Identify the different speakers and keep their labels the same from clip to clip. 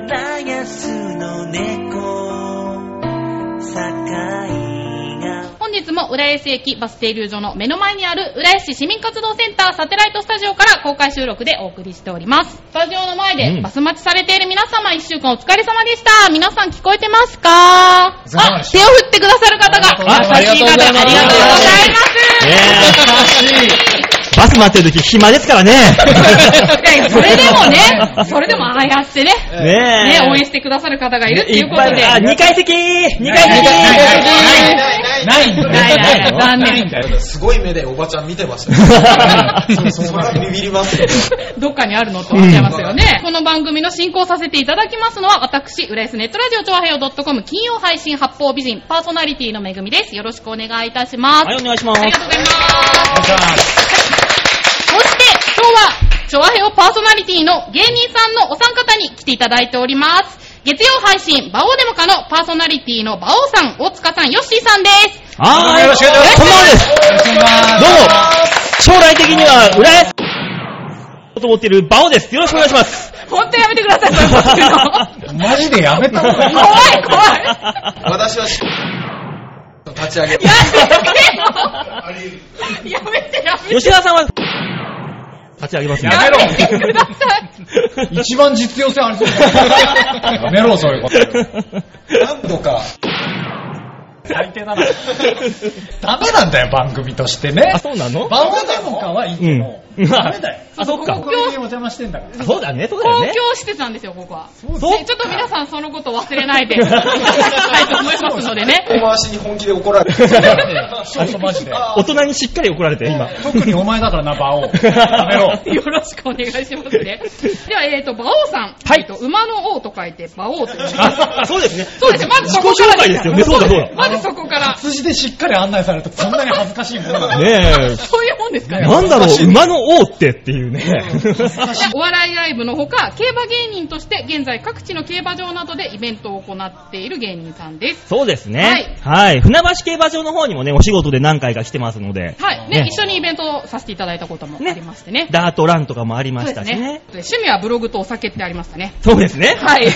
Speaker 1: ラスの猫堺が
Speaker 2: 本日も浦安駅バス停留所の目の前にある浦安市市民活動センターサテライトスタジオから公開収録でお送りしております。スタジオの前
Speaker 3: う
Speaker 2: で
Speaker 3: ん
Speaker 2: バス待ちされている皆様、一週間お疲れ様でした。皆さん聞こえてますかあ、手
Speaker 4: ざ
Speaker 2: を
Speaker 4: わし
Speaker 2: 振ってくださる方が、
Speaker 3: あり
Speaker 2: 優
Speaker 3: が
Speaker 2: しい
Speaker 3: とう
Speaker 2: 方
Speaker 3: ございます
Speaker 2: ありがとうございま
Speaker 3: え
Speaker 4: い
Speaker 3: バス待ってる時暇ですからね。
Speaker 2: す。いやそれでもね、それでもああやってね、
Speaker 3: ねえ。
Speaker 2: ね、応援してくださる方がいるっていうこと
Speaker 3: っぱ
Speaker 2: で
Speaker 3: い。あ、2階席 !2 階
Speaker 2: ないない
Speaker 3: 席
Speaker 4: ないないないない
Speaker 2: ないない残念
Speaker 4: ないんだよ。
Speaker 5: すごい目でおばちゃん見てました ね。そそれはビビりますよね。
Speaker 2: どっかにあるのと思っちゃいますよね。この番組の進行させていただきますのは、私、浦安ネットラジオ長平洋 .com 金曜配信発泡美人、パーソナリティのめぐみです。よろしくお願いいたします。
Speaker 3: はい、お願いしま
Speaker 2: ありが
Speaker 3: す
Speaker 2: と。うございます。そして、今日は、長平洋パーソナリティの芸人さんのお三方に来ていただいております。月曜配信、バオデモカのパーソナリティのバオさん、大塚さん、ヨッシーさんです。
Speaker 3: あー、
Speaker 4: よろしくお願いします
Speaker 3: こんばんはです。
Speaker 4: お願いします
Speaker 3: どうも、将来的には、浦安、と思っているバオです。よろしくお願いします。
Speaker 2: 本当やめてください、そういうこと 言うの
Speaker 4: マジでやめた方がいい。
Speaker 2: 怖い、怖い。
Speaker 5: 私はし、立ち上げ
Speaker 2: やめて よやめてやめて
Speaker 3: 吉田さんは、立ち上げますね。
Speaker 4: やめろ
Speaker 2: やめてください
Speaker 4: 一番実用性ありそうだよ。やめろ、そういうこと。
Speaker 5: 何度か。
Speaker 4: 最低だな。ダメなんだよ、番組としてね
Speaker 3: あ、。そうなの
Speaker 4: バオデモカはいいけど、
Speaker 3: うん
Speaker 4: ダメだよ。
Speaker 3: あ、そっか
Speaker 4: こ。こにお邪魔してんだから。
Speaker 3: そうだね、そうだ
Speaker 2: 公
Speaker 3: よね。
Speaker 2: 共施設なんですよ、ここは。
Speaker 4: そう
Speaker 3: そう
Speaker 2: ねちょっと皆さんそのことを忘れないでいただきたいと思いますので ね。
Speaker 5: 遠回しに本気で怒られる。
Speaker 4: そうそう、マジで。
Speaker 3: 大人にしっかり怒られて、今。
Speaker 4: 特にお前だからな、バオ。やめろ。
Speaker 2: よろしくお願いしますね。では、えーと、馬王さん。
Speaker 3: はい
Speaker 2: えーと、馬の王と書いて、馬王と言います。
Speaker 3: あ、そうですね。
Speaker 2: そうですね、まず
Speaker 3: 自
Speaker 2: そ
Speaker 3: 己
Speaker 2: こから
Speaker 3: 紹介ですよね。そうだ、そうだ。
Speaker 2: まずそこから。
Speaker 4: 数字でしっかり案内されるとこんなに恥ずかしいものだね。
Speaker 3: ね
Speaker 2: そういうもんですか
Speaker 3: え。
Speaker 2: ね。
Speaker 3: なんだろう、馬の王ってっていうね。
Speaker 2: お笑いライブのほか、競馬芸人として、現在各地の競馬場などでイベントを行っている芸人さんです。
Speaker 3: そうですね。はい。船橋競馬場の方にもね、お仕事で何回か来てますので。
Speaker 2: はい。ね、
Speaker 3: ね
Speaker 2: 一緒にイベントをさせていただいたこともありましてね。
Speaker 3: ダートランとかもありま
Speaker 2: そう
Speaker 3: し
Speaker 2: で
Speaker 3: た
Speaker 2: す
Speaker 3: しね
Speaker 2: ね。。趣味はブログとお酒ってありましたね。
Speaker 3: そうですね。
Speaker 2: はい。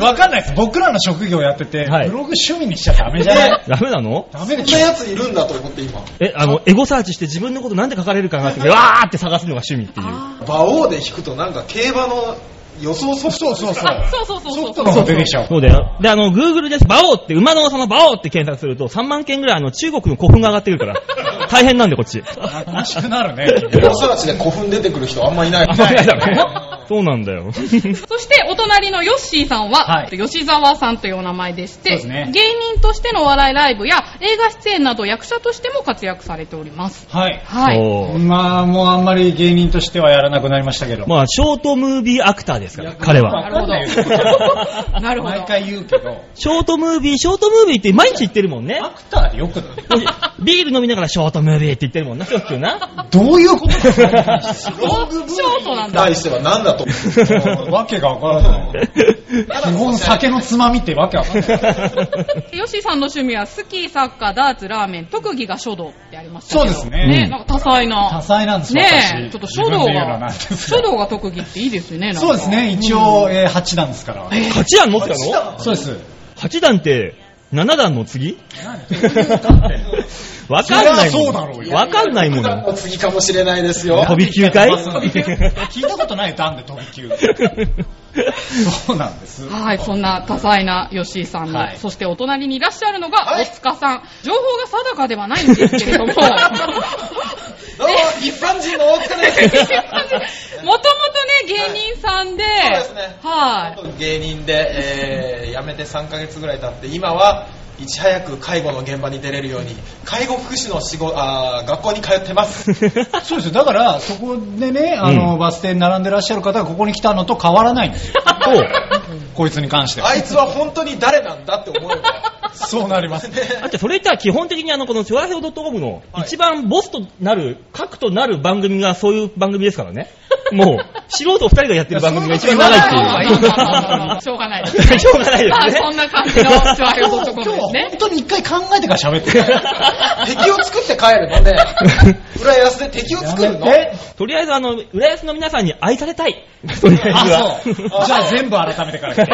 Speaker 4: わかんないです。僕らの職業やってて、ブ
Speaker 3: はい
Speaker 4: ログ趣味にしちゃダメじゃない
Speaker 3: ダメなの
Speaker 4: ダメ
Speaker 5: こ
Speaker 4: で
Speaker 5: ん
Speaker 4: し
Speaker 5: な
Speaker 4: ょ。
Speaker 5: やついるんだと思って今。
Speaker 3: え、あの、エゴサーチして自分のことなんて書かれるかなって、わーって探すのが趣味っていう。
Speaker 5: 馬王で引くとなんか競馬の予想ソフト。
Speaker 4: そうそう
Speaker 2: あ、そうそうそうそう。
Speaker 4: ソフトの方出てきちゃう。
Speaker 3: そうだよ。で、あの、Google です。馬王って、馬の王様馬王って検索すると、3万件ぐらい、あの、中国の古墳が上がってくるから、 大変なんで、こっち。
Speaker 4: 楽しくなるね。
Speaker 5: エロサーチで古墳出てくる人あんまいない。
Speaker 3: あ、間違いだろ。 そうなんだよ。
Speaker 2: そして、お隣のヨッシーさんは、
Speaker 4: はい
Speaker 2: 吉沢さんというお名前でして、
Speaker 4: そうですね
Speaker 2: 芸人としてのお笑いライブや映画出演など役者としても活躍されております。
Speaker 4: はい。
Speaker 2: はい。
Speaker 3: そう
Speaker 4: まあ、もうあんまり芸人としてはやらなくなりましたけど。
Speaker 3: まあ、ショートムービーアクターですから、彼は。
Speaker 4: わかんないよ
Speaker 2: なるほど。
Speaker 4: 毎回言うけど、
Speaker 3: ショートムービー、ショートムービーって毎日言ってるもんね
Speaker 4: ア。クターでよくない
Speaker 3: ビール飲みながらショートムービーって言ってるもんな、しょっちゅうな。
Speaker 4: どういう
Speaker 2: ロン
Speaker 4: こと
Speaker 2: グショートなんだ。
Speaker 5: 対しては何だと思う。
Speaker 4: わけがわからない。基本酒のつまみってわけわかんない。
Speaker 2: ヨッシーさんの趣味はスキー、サッカー、ダーツ、ラーメン、特技が書道ってありましたけど。
Speaker 4: そうですね
Speaker 2: なんか多彩な。
Speaker 4: 多彩なんですよ
Speaker 2: ねえ、
Speaker 4: 私
Speaker 2: ちょっと書道
Speaker 4: 自分で言うのはなん
Speaker 2: が、
Speaker 4: です
Speaker 2: 書
Speaker 4: が
Speaker 2: 道が特技っていいですよね、なんか
Speaker 4: そうです。ね、一応、えー8段ですから。
Speaker 3: 8段持ってたの
Speaker 4: そうです。
Speaker 3: ?8 段って、7段の 次わかんない
Speaker 4: そりゃそ
Speaker 3: も。
Speaker 4: うだろうんよ
Speaker 3: わかんないも
Speaker 5: 普段
Speaker 3: ん。
Speaker 5: の次かもしれないですよ。
Speaker 3: 飛び級かい
Speaker 4: 聞いたことない段で飛び級。そうなんです。
Speaker 2: はい、そんな多彩な吉井さんの、
Speaker 4: はい
Speaker 2: そしてお隣にいらっしゃるのが
Speaker 5: はい
Speaker 2: 大塚さん。情報が定かではないんですけれ ども、 もとも
Speaker 5: どうも、一般人の大塚です。
Speaker 2: とね、芸人さんで、
Speaker 5: そうですね。
Speaker 2: はい。
Speaker 5: 芸人で、えー辞めて3ヶ月ぐらい経って、今はいち早く介護の現場に出れるように、介護福祉の仕事、あー学校に通ってます。
Speaker 4: そうですよ。だから、そこでね、あの、
Speaker 3: うん
Speaker 4: バス停に並んでらっしゃる方がここに来たのと変わらないんですよ。こいつに関しては
Speaker 5: あ。いつは本当に誰なんだって思えば。
Speaker 4: そうなります。
Speaker 3: だってそれ言ったら基本的にあのこのチョアヘオ .com の
Speaker 5: はい
Speaker 3: 一番ボスとなる、核となる番組がそういう番組ですからね。もう、素人二人がやってる番組が一番長いって
Speaker 2: まあ
Speaker 3: い
Speaker 2: まあ
Speaker 3: う。
Speaker 2: まあまあしょうがないです。
Speaker 3: しょうがないですね
Speaker 2: まあそんな感じのチョアヘオドットコム
Speaker 4: 今日
Speaker 2: です
Speaker 4: は
Speaker 2: ね
Speaker 4: 本。当に一回考えてから喋ってる。
Speaker 5: 敵を作って帰るので、浦安で敵を作るの
Speaker 4: え
Speaker 3: とりあえず、あの、浦安の皆さんに愛されたい。とりあえず
Speaker 4: あ、そう。
Speaker 3: は。
Speaker 4: じゃあ全部改めてから来て。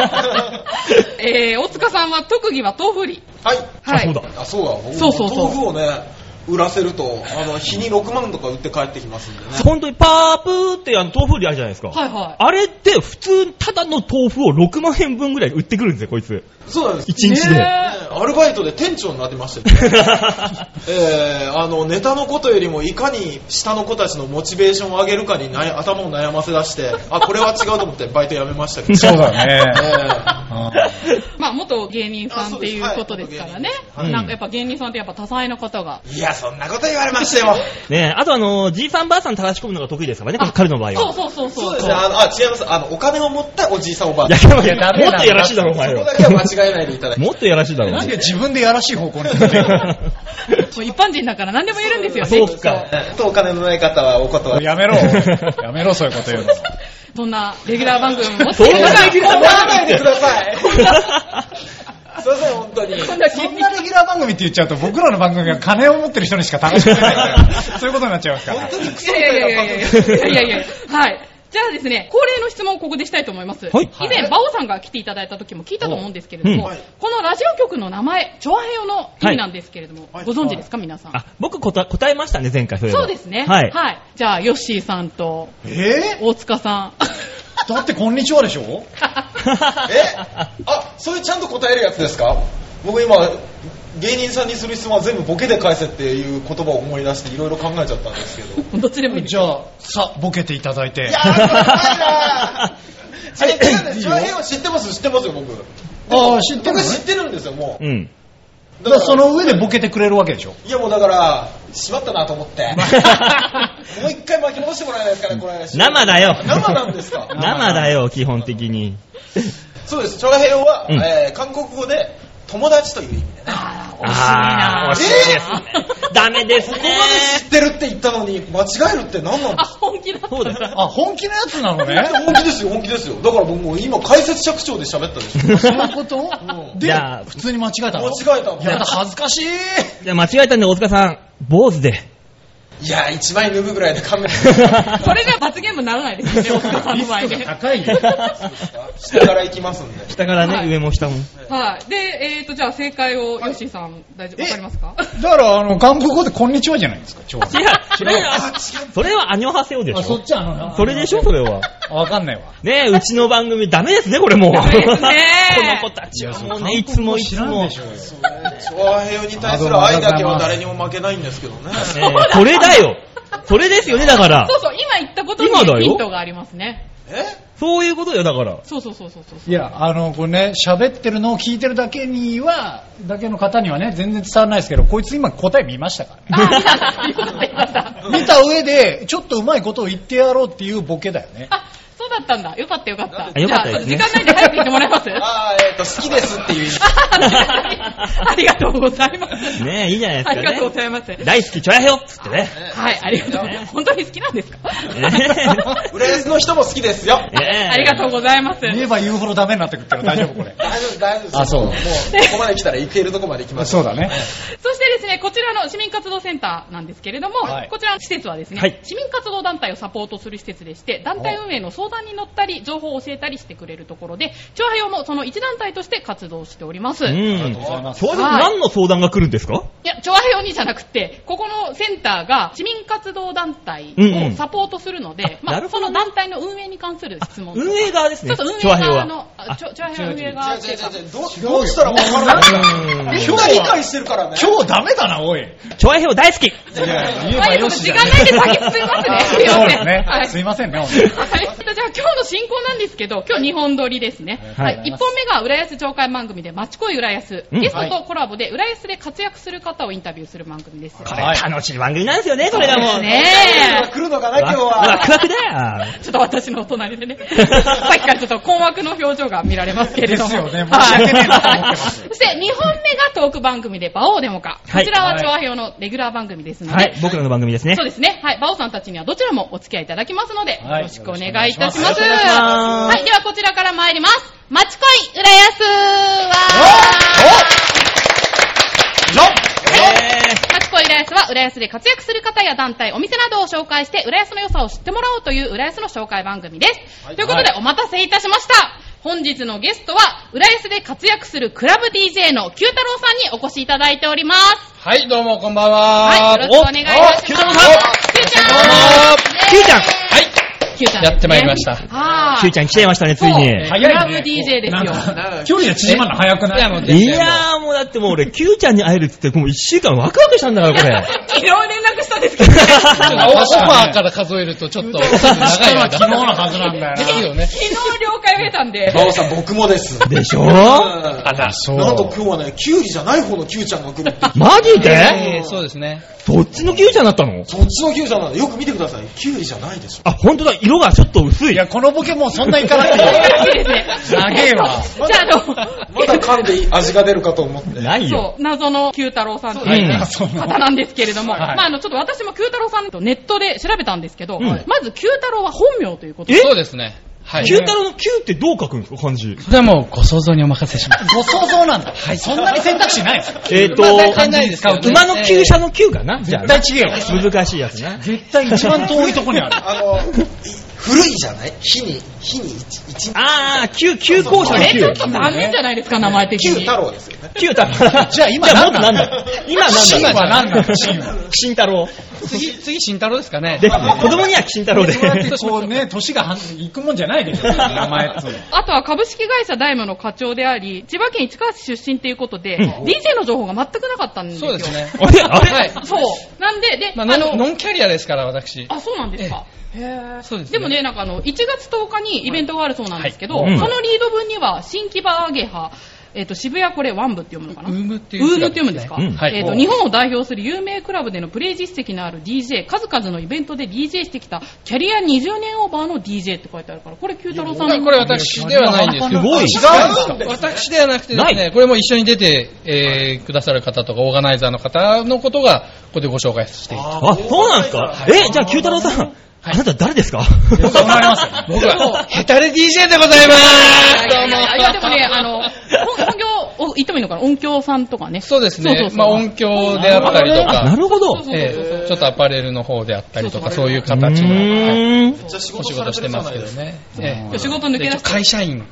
Speaker 2: えー、大塚さんは特技は豆腐売り。
Speaker 5: はい。
Speaker 2: は
Speaker 3: そう
Speaker 2: い
Speaker 3: だ。。
Speaker 5: あ、そうだ、僕
Speaker 2: そうそうそう
Speaker 5: 豆腐をね、売らせると、あの、日に6万とか売って帰ってきますんでね。
Speaker 3: 本当にパープーってあの豆腐売りあるじゃないですか。
Speaker 2: はいはい。
Speaker 3: あれって普通、ただの豆腐を6万円分ぐらい売ってくるんですよ、こいつ。
Speaker 5: そうなんです。
Speaker 3: 一日で。
Speaker 2: え
Speaker 5: ねアルバイトで店長になってましたよ、ねえーあのネタのことよりもいかに下の子たちのモチベーションを上げるかにな頭を悩ませ出してあこれは違うと思ってバ イト辞めましたけど
Speaker 4: そうだね。
Speaker 5: え
Speaker 2: まあ、元芸人さんっていうことですからね。
Speaker 5: あ
Speaker 3: そうですはい元芸人はい
Speaker 2: なんかやっぱ芸人さんってやっぱ多彩な方が。
Speaker 5: ーいやそんなこと言われましたよ
Speaker 3: ねえ、あとあの、じいさんばあさん垂らし込むのが得意ですからね、この彼の場合
Speaker 2: そう
Speaker 3: は。
Speaker 2: そうそう
Speaker 5: そう
Speaker 2: そう
Speaker 5: ですねあのあ違いますあのお金を持ったおじいさんおばあ
Speaker 3: いや
Speaker 5: さん
Speaker 3: いや
Speaker 4: いやダメ
Speaker 3: も
Speaker 4: なんだ
Speaker 3: っとやらしいだろ、お前
Speaker 5: そこ
Speaker 3: は
Speaker 5: だ。けは間違えないでいただき
Speaker 3: もっとやらしいだろ。
Speaker 4: なんで自分でやらしい方向に行ってんの
Speaker 2: もう一般人だから何でも言えるんですよね。
Speaker 3: そうっすか
Speaker 2: きっと
Speaker 5: えーとお金のない方はお断り
Speaker 4: やめろ。やめろ、そういうこと言うの。
Speaker 2: そんなレギュラー番組も持っ
Speaker 3: そ
Speaker 2: て
Speaker 3: ん
Speaker 2: いるの
Speaker 3: な
Speaker 2: か
Speaker 3: レギュラー
Speaker 5: 断らないでくださいすいません本当に
Speaker 2: そんな
Speaker 4: そ
Speaker 2: 芸
Speaker 4: ん
Speaker 2: 人
Speaker 4: なレギュラー番組って言っちゃうと、僕らの番組は金を持ってる人にしか楽しめない から、そういうことになっちゃいますから。
Speaker 2: いやいやいやいやいやいやいやいや。はい。じゃあですね、恒例の質問をここでしたいと思います。
Speaker 3: はい
Speaker 2: 以前、バオさんが来ていただいた時も聞いたと思うんですけれども、
Speaker 3: うん
Speaker 2: このラジオ局の名前、調和平和の意味なんですけれども、
Speaker 5: はい
Speaker 2: ご存知ですか、皆さん。
Speaker 3: あ、僕答え答えましたね、前回。それは
Speaker 2: そうですね。
Speaker 3: はい。
Speaker 2: じゃあ、ヨッシーさんと、
Speaker 4: え
Speaker 2: 大塚 さん。
Speaker 4: ーだってこんにちはでしょ
Speaker 5: えあそういうちゃんと答えるやつですか僕今芸人さんにする質問は全部ボケで返せっていう言葉を思い出していろいろ考えちゃったんですけどい
Speaker 2: どっちでもいいです
Speaker 4: じゃあ、さ、ボケていただい て。
Speaker 5: やーそれ ないなー違う違うんです長編は知ってます知ってますよ僕
Speaker 4: ああ、知ってる
Speaker 5: 僕
Speaker 4: の
Speaker 5: 知っ
Speaker 4: ね
Speaker 5: てるんですよも
Speaker 3: うん。
Speaker 5: う
Speaker 4: だからその上でボケてくれるわけでしょ。
Speaker 5: いやもうだからしまったなと思ってもう一回巻き戻してもらえないですかねこれ
Speaker 3: 生だよ。
Speaker 5: 生なんですか
Speaker 3: 生だよ、基本的に。
Speaker 5: そうです長編は、
Speaker 3: うん
Speaker 5: えー韓国語で友達という意味でね
Speaker 2: あー惜しい
Speaker 3: あ
Speaker 2: な
Speaker 3: ー、惜しいです
Speaker 2: あ
Speaker 3: ね。ダメです
Speaker 5: ここ
Speaker 3: ね
Speaker 5: ま。で知ってるって言ったのに間違えるって何なんです
Speaker 2: ーあ、
Speaker 5: か
Speaker 2: 本気だった。
Speaker 3: そうです。
Speaker 4: あ、本気のやつなのね。
Speaker 5: 本気ですよ、本気ですよ。だから僕もう今解説着長で喋ったでしょ。
Speaker 4: そういうこと
Speaker 5: うん
Speaker 4: で
Speaker 3: じゃあ、
Speaker 4: 普通に間違えたの
Speaker 5: 間違えたの
Speaker 4: やだ、恥ずかしい。
Speaker 3: じゃあ間違えたんで、大塚さん、坊主で。
Speaker 5: いやー、一枚脱ぐぐらいで勘弁してくださ
Speaker 3: は
Speaker 2: それじゃ罰ゲームにならないですよね、大塚さんの場合ね。
Speaker 4: 高い よ。
Speaker 5: い下から行きますんで。
Speaker 3: 下からね、
Speaker 2: はい
Speaker 3: 上も下も。
Speaker 2: はい。で、えーと、じゃあ正解を、ヨッシーさん、大丈夫、
Speaker 4: え
Speaker 2: わかりますか
Speaker 4: だから、あの、韓国語でこんにちはじゃないですか、ちょう ど
Speaker 3: 違う、違うよ。それはアニョハセヨでし
Speaker 4: あ、そ
Speaker 3: ょ。
Speaker 4: っちあの、
Speaker 3: それでしょ、それは。
Speaker 4: あわかんないわ。
Speaker 3: ねえ、うちの番組、ダメですね、これもう。
Speaker 2: ダメですね
Speaker 3: この子たちはもうね、いつもいつも。ね
Speaker 5: そうね、長平に対する愛だけは誰にも負けないんですけどね。
Speaker 3: えそれだよ。それですよね、だから
Speaker 2: そ。うそう、今言ったこと
Speaker 3: 今だよ
Speaker 2: にヒントがありますね。
Speaker 5: え
Speaker 3: そういうことよ、だから。
Speaker 2: そうそうそうそうそう。
Speaker 4: いや、あの、これね、喋ってるのを聞いてるだけには、だけの方にはね、全然伝わらないですけど、こいつ今答え見ましたからね。
Speaker 2: あ、いいこと言いました。
Speaker 4: 見た上で、ちょっとうまいことを言ってやろうっていうボケだよ ね。
Speaker 2: あ、そうだったんだ。よかったよかった。
Speaker 3: あよかった
Speaker 2: じゃ
Speaker 3: で
Speaker 2: あ、
Speaker 3: す
Speaker 2: 時間な
Speaker 3: ね
Speaker 2: いんで早く行ってもらえます
Speaker 5: あー、えっ、と、好きですっていう意味。
Speaker 2: ありがとうございます。
Speaker 3: ねえ、いいじゃないです
Speaker 2: あ
Speaker 3: か、
Speaker 2: り
Speaker 3: ね。
Speaker 2: がとうございます。
Speaker 3: 大好き、チョアヘヨっつっ てね。
Speaker 2: はい、ありがとうございます。本当に好きなんですか
Speaker 3: ね
Speaker 5: 浦安の人も好きですよ。
Speaker 3: ええ
Speaker 2: ありがとうございます。
Speaker 4: 言えば言うほどダメになってくるから大丈夫これ。
Speaker 5: 大丈夫、大丈夫です。
Speaker 4: あそう
Speaker 5: もう、ここまで来たら行けるとこまで行きます。
Speaker 4: そうだね。
Speaker 2: そしてですね、こちらの市民活動センターなんですけれども、
Speaker 4: はい
Speaker 2: こちらの施設はですね、
Speaker 3: はい
Speaker 2: 市民活動団体をサポートする施設でして、団体運営の相談に乗ったり、情報を教えたりしてくれるところで、調和用もその一団体として活動しております。
Speaker 3: う
Speaker 2: い
Speaker 4: ありがとうござい
Speaker 3: ん。
Speaker 4: ます。
Speaker 3: 正直何の相談が来るんですか
Speaker 2: や、調和用にじゃなくて、ここのセンターが市民活動団体
Speaker 3: うんうん
Speaker 2: をサポートするので、
Speaker 3: あな
Speaker 2: ま
Speaker 3: る
Speaker 2: あ、
Speaker 3: ほ
Speaker 2: そ
Speaker 3: ど
Speaker 2: の団体の運営に関する質問とか。
Speaker 3: 運営側で
Speaker 2: ち
Speaker 3: す
Speaker 2: ょ
Speaker 3: ね。
Speaker 2: っと運営
Speaker 3: チョアヘヨ
Speaker 2: 側
Speaker 3: は
Speaker 2: の。、あちょ調和用運営
Speaker 5: 違
Speaker 2: 側
Speaker 5: う
Speaker 2: っていうか
Speaker 5: 違う違う、どうどうしたら分からない
Speaker 3: うん
Speaker 5: みんな理解してるからね。
Speaker 4: 今日ダメだな、おい。
Speaker 3: チョアヘヨ大好き
Speaker 4: いや言えば
Speaker 2: はい、
Speaker 4: よし
Speaker 2: 時
Speaker 4: じゃ
Speaker 2: 間ないんで先進みますね。すいません
Speaker 4: そうだ ね
Speaker 2: は。い
Speaker 4: すいませんね、本
Speaker 2: はい、じゃあ今日の進行なんですけど、今日2本撮りですね。
Speaker 4: は
Speaker 2: はいい、1本目が浦安町会番組で、まちこい浦安。
Speaker 3: うん
Speaker 2: ゲストとコラボで、浦安で活躍する方をインタビューする番組です。
Speaker 3: これ楽しい番組なんですよね、これがもう。
Speaker 2: ね
Speaker 5: 今日来るのかな、今日
Speaker 3: ワ
Speaker 5: は。
Speaker 3: クワクだよ。
Speaker 2: え。ちょっと私のお隣でね、さっきからちょっと困惑の表情がが見られますけれども。
Speaker 4: ですよね申し訳ねえなと思ってます
Speaker 2: はいそして2本目がトーク番組で、バオーデモか。
Speaker 3: は
Speaker 2: こ
Speaker 3: い
Speaker 2: ちらは調和表のレギュラー番組ですので、
Speaker 3: はい、僕らの番組ですね
Speaker 2: そう。ですね。はい。バオさんたちにはどちらもお付き合いいただきますので、
Speaker 4: は
Speaker 2: よ
Speaker 4: い
Speaker 2: ろしくお願いいたします。
Speaker 3: よろしくお願いします
Speaker 2: はい。ではこちらから参ります。まちこい、浦安
Speaker 4: お
Speaker 2: は、
Speaker 4: ジョン
Speaker 2: マチコイ浦安は浦安で活躍する方や団体、お店などを紹介して浦安の良さを知ってもらおうという浦安の紹介番組です。
Speaker 5: はい
Speaker 2: ということでお待たせいたしました。本日のゲストは浦安で活躍するクラブ DJ の九太郎さんにお越しいただいております。
Speaker 6: はい、どうもこんばんは。
Speaker 2: はい、よろしくお願いいたします。
Speaker 3: お九太郎さん
Speaker 2: 九ちゃん
Speaker 3: キューちゃん
Speaker 2: ん九ちゃん
Speaker 6: やってまいりました
Speaker 2: は
Speaker 3: キューちゃん来ちゃいましたね、ついに。
Speaker 2: そうクラブ DJ ですよ
Speaker 4: なんか距離が縮まるの早くない
Speaker 6: いやもう
Speaker 3: いやーもうだってもう俺、キューちゃんに会えるっつって、もう一週間ワクワクしたんだから、これ。
Speaker 2: 昨日連絡したんですけど、
Speaker 6: ちょっとオファーから数えるとちょっと長い
Speaker 4: は
Speaker 6: わ
Speaker 4: 昨日のはずなんだよな
Speaker 6: ですよね。
Speaker 2: 昨日了解を得たんで、
Speaker 5: バオさん、僕もです。
Speaker 3: でしょ
Speaker 5: あ
Speaker 4: ら、そう
Speaker 5: なんと今日はね、キュウリじゃない方のキュウちゃんが来るっていう
Speaker 3: マジで
Speaker 6: えーそうですね。
Speaker 3: どっちのキューちゃんだったの
Speaker 5: そっちのキュウちゃんなんで、よく見てください。キュウリじゃないでしょ。
Speaker 3: あ、ほんとだ、色がちょっと薄い。
Speaker 4: いや、このボケもうそんなにいかなくてい
Speaker 2: 難しい
Speaker 4: い。
Speaker 2: ですね。
Speaker 4: 長えわ。
Speaker 2: じゃあ、あの、
Speaker 5: まだ噛んでいい味が出るかと思って。
Speaker 3: ないよ。
Speaker 2: そう、謎の九太郎さんと
Speaker 3: だ
Speaker 2: いう
Speaker 3: よね
Speaker 2: ね
Speaker 4: そうなの
Speaker 2: 方なんですけれども、
Speaker 4: はい
Speaker 2: まああの、ちょっと私も九太郎さんとネットで調べたんですけど、
Speaker 3: うん
Speaker 2: まず九太郎は本名ということで、
Speaker 3: え
Speaker 6: そうですね。はい。
Speaker 3: キュー太郎のキューってどう書くんですか、漢字。
Speaker 6: それはもうご想像にお任せします。
Speaker 4: ご想像なんだ。はい。そんなに選択肢ないです
Speaker 3: えっと
Speaker 6: まあ大体ないですけどね
Speaker 3: 馬の厩舎の厩かなじゃあ
Speaker 4: 絶。対違えよ。
Speaker 3: 難しいやつな。
Speaker 4: 絶対一番遠いとこにある。
Speaker 5: あの、い古いじゃない火に、火に一、一、
Speaker 3: あー、旧、旧校舎
Speaker 2: こ
Speaker 3: の
Speaker 2: れちょっ
Speaker 3: 旧。
Speaker 2: と残念じゃないですか、名前的
Speaker 5: キュウ
Speaker 2: に。
Speaker 5: 太郎ですよね。
Speaker 3: 旧太郎。
Speaker 4: じゃあ今
Speaker 3: じゃあもっと
Speaker 4: 何
Speaker 3: な
Speaker 4: なんん
Speaker 3: だ
Speaker 4: だ
Speaker 3: 今なんだ
Speaker 4: シンは何なのシンは。
Speaker 3: 新太郎。
Speaker 6: 次、次、慎太郎ですかね。
Speaker 3: ですね。子供には新太 郎で。
Speaker 4: そうやってこうね、年が半いくもんじゃないでしょ。名前っつうの。
Speaker 2: あとは株式会社ダイムの課長であり、千葉県市川市出身ということで、
Speaker 3: うん
Speaker 2: DJ の情報が全くなかったんですよ。
Speaker 6: そうです。ね。
Speaker 3: あれあれ
Speaker 6: はい。
Speaker 2: そう。なんで、で、あ
Speaker 6: まあ、ノンノ
Speaker 2: の、
Speaker 6: ンキャリアですから、私。
Speaker 2: あ、そうなんですか。へー
Speaker 6: そうですね
Speaker 2: でもね、なんかあの、1月10日にイベントがあるそうなんですけど、
Speaker 3: はいうん
Speaker 2: そのリード分には、新木場アゲハ、えっ、と、渋谷これワン部って読むのかな
Speaker 6: ウームっていう
Speaker 2: ウ
Speaker 6: クラブ
Speaker 2: ームって読むんですか、
Speaker 3: うん
Speaker 6: はい
Speaker 2: えっ、と、日本を代表する有名クラブでのプレイ実績のある DJ、数々のイベントで DJ してきた、キャリア20年オーバーの DJ って書いてあるから、これ、九太郎さんの。
Speaker 6: これ私ではないんですけ
Speaker 3: す
Speaker 6: ど。
Speaker 3: ごい。
Speaker 6: 私ではなくてです
Speaker 3: ない
Speaker 6: ね、これも一緒に出て、えーくださる方とか、オーガナイザーの方のことが、ここでご紹介していた
Speaker 5: あ
Speaker 3: あ、そうなんですかえ、じゃあ、九太郎さん、あなた誰ですか
Speaker 4: そうなりま すよ。
Speaker 6: 僕は、ヘタレ DJ でございますどうも
Speaker 2: いや、でもね、あ の、本本業、お言ってもいいのかな音響さんとかね。
Speaker 6: そうです
Speaker 2: そう
Speaker 6: ね
Speaker 2: そう。そう
Speaker 6: まあ音響であったりと
Speaker 3: あ、な
Speaker 6: か、
Speaker 3: るほど。
Speaker 2: そう
Speaker 6: ええちょっとアパレルの方であったりとか、
Speaker 2: そ
Speaker 6: そう
Speaker 2: そう
Speaker 6: ういう
Speaker 3: う
Speaker 6: 形のはい
Speaker 3: ーん。
Speaker 5: めっちゃ仕
Speaker 6: お
Speaker 5: 事
Speaker 6: 仕
Speaker 5: さ
Speaker 6: 事
Speaker 5: れ
Speaker 6: してて
Speaker 5: るじ
Speaker 6: ま
Speaker 5: ゃ
Speaker 6: す
Speaker 5: な
Speaker 6: け
Speaker 5: いで
Speaker 6: ど
Speaker 5: すか。
Speaker 6: ね。ええ
Speaker 2: 仕事抜け出
Speaker 6: で
Speaker 2: して。
Speaker 6: 会社員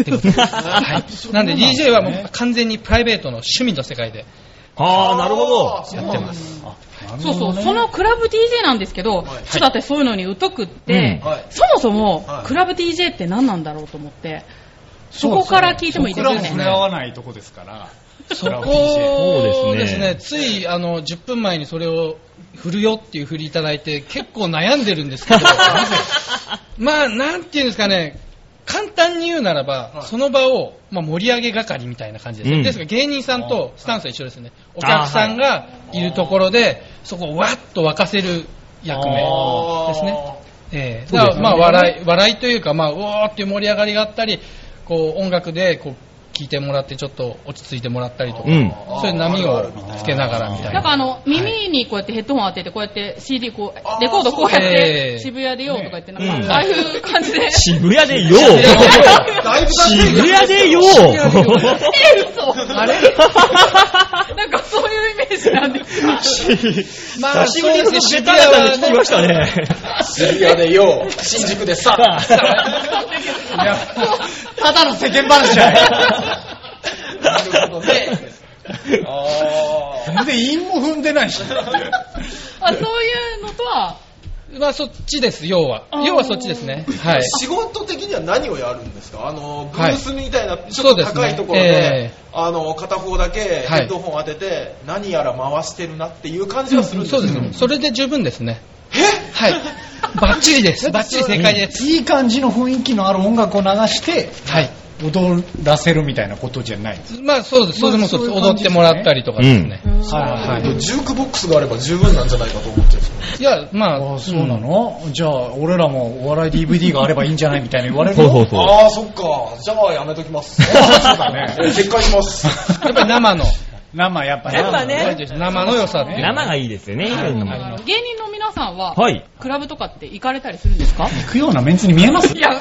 Speaker 6: ってことです。はい。なんで DJ はもう完全にプライベートの趣味の世界で
Speaker 3: あー、なるほど。
Speaker 6: やってます。
Speaker 2: そうそう、そのクラブ DJ なんですけど、ちょっと私そういうのに疎くって、
Speaker 5: うんはい
Speaker 2: そもそも、
Speaker 5: はい
Speaker 2: クラブ DJ って何なんだろうと思って、そこから聞いてもいいです
Speaker 4: 僕
Speaker 2: から
Speaker 4: も触れ合
Speaker 2: ね。
Speaker 4: わないとこですから。
Speaker 6: そこ
Speaker 3: そう
Speaker 6: を
Speaker 3: で
Speaker 6: ですす
Speaker 3: ね
Speaker 6: ね、ついあの10分前にそれを振るよっていう振りいただいて、結構悩んでる んですけど、 まあ、なんていうんですかね、簡単に言うならば、その場を、まあ、盛り上げ係みたいな感じですね。
Speaker 3: うん
Speaker 6: ですが、芸人さんとスタンスは一緒ですね。お客さんがいるところで、そこをわっと沸かせる役目ですね。ええだからまあ笑い笑いというか、まあ、うおーっていう盛り上がりがあったりこう音楽でこう聴いてもらってちょっと落ち着いてもらったりとか、
Speaker 3: うん
Speaker 6: そういう波をつけながらみたい
Speaker 2: なん
Speaker 6: な。
Speaker 2: かあの、耳にこうやってヘッドホン当てて、こうやって CD こう、レコードこうやっ
Speaker 6: え
Speaker 2: て
Speaker 6: ー
Speaker 2: 渋谷でようとか言って、なん
Speaker 3: うん
Speaker 2: か、ああいう感じで。
Speaker 3: 渋谷でよ
Speaker 5: だいぶ稼いで
Speaker 3: 渋
Speaker 5: る
Speaker 3: 谷でよ
Speaker 2: え嘘あれなんかそういうイメージなんですか
Speaker 6: ま
Speaker 3: 久しぶりに
Speaker 6: 渋
Speaker 3: 渋
Speaker 6: 谷
Speaker 3: 谷
Speaker 6: は
Speaker 3: さんに聞きましたね。
Speaker 5: 渋谷でよ、新宿でさ。
Speaker 4: ただの世間話じゃない。
Speaker 5: なるほどね。あ
Speaker 4: 全然韻も踏んでないし。
Speaker 2: あそういうのとは、
Speaker 6: まあそっちです、要は
Speaker 2: あー。
Speaker 6: 要はそっちですね。はい
Speaker 5: ー。仕事的には何をやるんですかあの、ブースみたいな、ちょ
Speaker 6: そ
Speaker 5: っ
Speaker 6: う
Speaker 5: と
Speaker 6: ですね
Speaker 5: 高いところで、
Speaker 6: え
Speaker 5: あの、片方だけヘッドホン当てて、何やら回してるなっていう感じはするんです
Speaker 6: そう
Speaker 5: よ
Speaker 6: ですね。それで十分ですね。
Speaker 5: え
Speaker 6: はい。バッチリです。バッチリ正解です。
Speaker 4: いい感じの雰囲気のある音楽を流して、
Speaker 6: はい。
Speaker 4: 踊らせるみたいなことじゃないんです
Speaker 6: まあそうです、それでもそうです、
Speaker 4: まあそういう
Speaker 6: 踊
Speaker 4: 感
Speaker 6: っ
Speaker 4: じで
Speaker 6: て
Speaker 4: すね
Speaker 6: もらったりとかですね。
Speaker 4: は いはい
Speaker 5: ジュークボックスがあれば十分なんじゃないかと思ってるんですよね
Speaker 6: いや、ま
Speaker 4: あ
Speaker 6: あ、
Speaker 4: あそうなの、じゃあ俺らもお笑い DVD があればいいんじゃないみたいに言われる
Speaker 3: そ
Speaker 4: の
Speaker 3: うそ うそう。
Speaker 5: ああ、そっか。じゃあやめときます。そう
Speaker 4: だ ね
Speaker 5: 撤回し ます。
Speaker 6: やっぱり生の、
Speaker 4: 生やっぱ
Speaker 7: やっぱね
Speaker 6: 生の良さっていうのは
Speaker 3: 生がいいですよね、そういうのもあります。
Speaker 2: 芸人の皆さんは、
Speaker 3: はい。
Speaker 2: クラブとかって行かれたりするんですか
Speaker 4: 行くようなメンツに見えます
Speaker 2: いや、い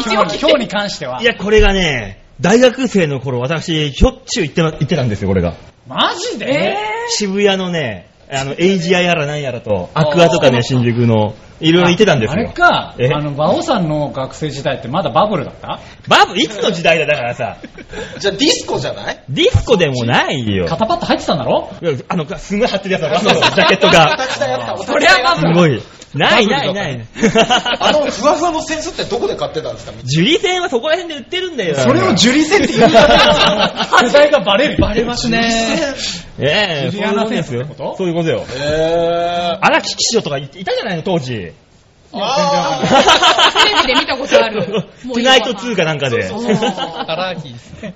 Speaker 2: 一応
Speaker 4: 今
Speaker 2: 聞
Speaker 4: 日
Speaker 2: い
Speaker 4: 今日に
Speaker 2: て。
Speaker 4: 関してはい
Speaker 3: や、これがね、大学生の頃、私、ひょっちゅう行ってな行ってたんですよ、これが。
Speaker 4: マジで、
Speaker 3: 渋谷のね、あの、エイジアやらなんやらと、アクアとかね、新宿の、いろいろ行ってたんですよ。
Speaker 4: あれか
Speaker 3: え
Speaker 4: あの馬王さんの学生時代ってまだバブルだった
Speaker 3: バブ、いつの時代だ、だからさ、
Speaker 5: じゃあディスコじゃ ない
Speaker 3: ディスコでもないよ。
Speaker 4: 肩パッド入ってたんだろ
Speaker 3: いやあの、すごい張ってるやつだろ、あのジャケットが。
Speaker 5: 形だやった。
Speaker 2: そりゃま
Speaker 3: すごい。ないないない。
Speaker 5: あの、ふわふわの扇子ってどこで買ってたんですか
Speaker 3: 樹里線はそこら辺で売ってるんだよ。
Speaker 4: それをジュリセって言うんだったら世代がバレる
Speaker 6: バレますね。
Speaker 3: ええ
Speaker 4: ジュリアナセンス
Speaker 3: そういう
Speaker 4: って
Speaker 3: こ
Speaker 4: こ
Speaker 3: ですよそ
Speaker 4: とと
Speaker 3: ういうことよ。
Speaker 5: えー。
Speaker 3: 荒木騎士とかいたじゃないの、当時。
Speaker 5: あ ー
Speaker 2: テレビで見たことある。
Speaker 3: トゥナイト2かなんかで。
Speaker 6: アラーキーですね。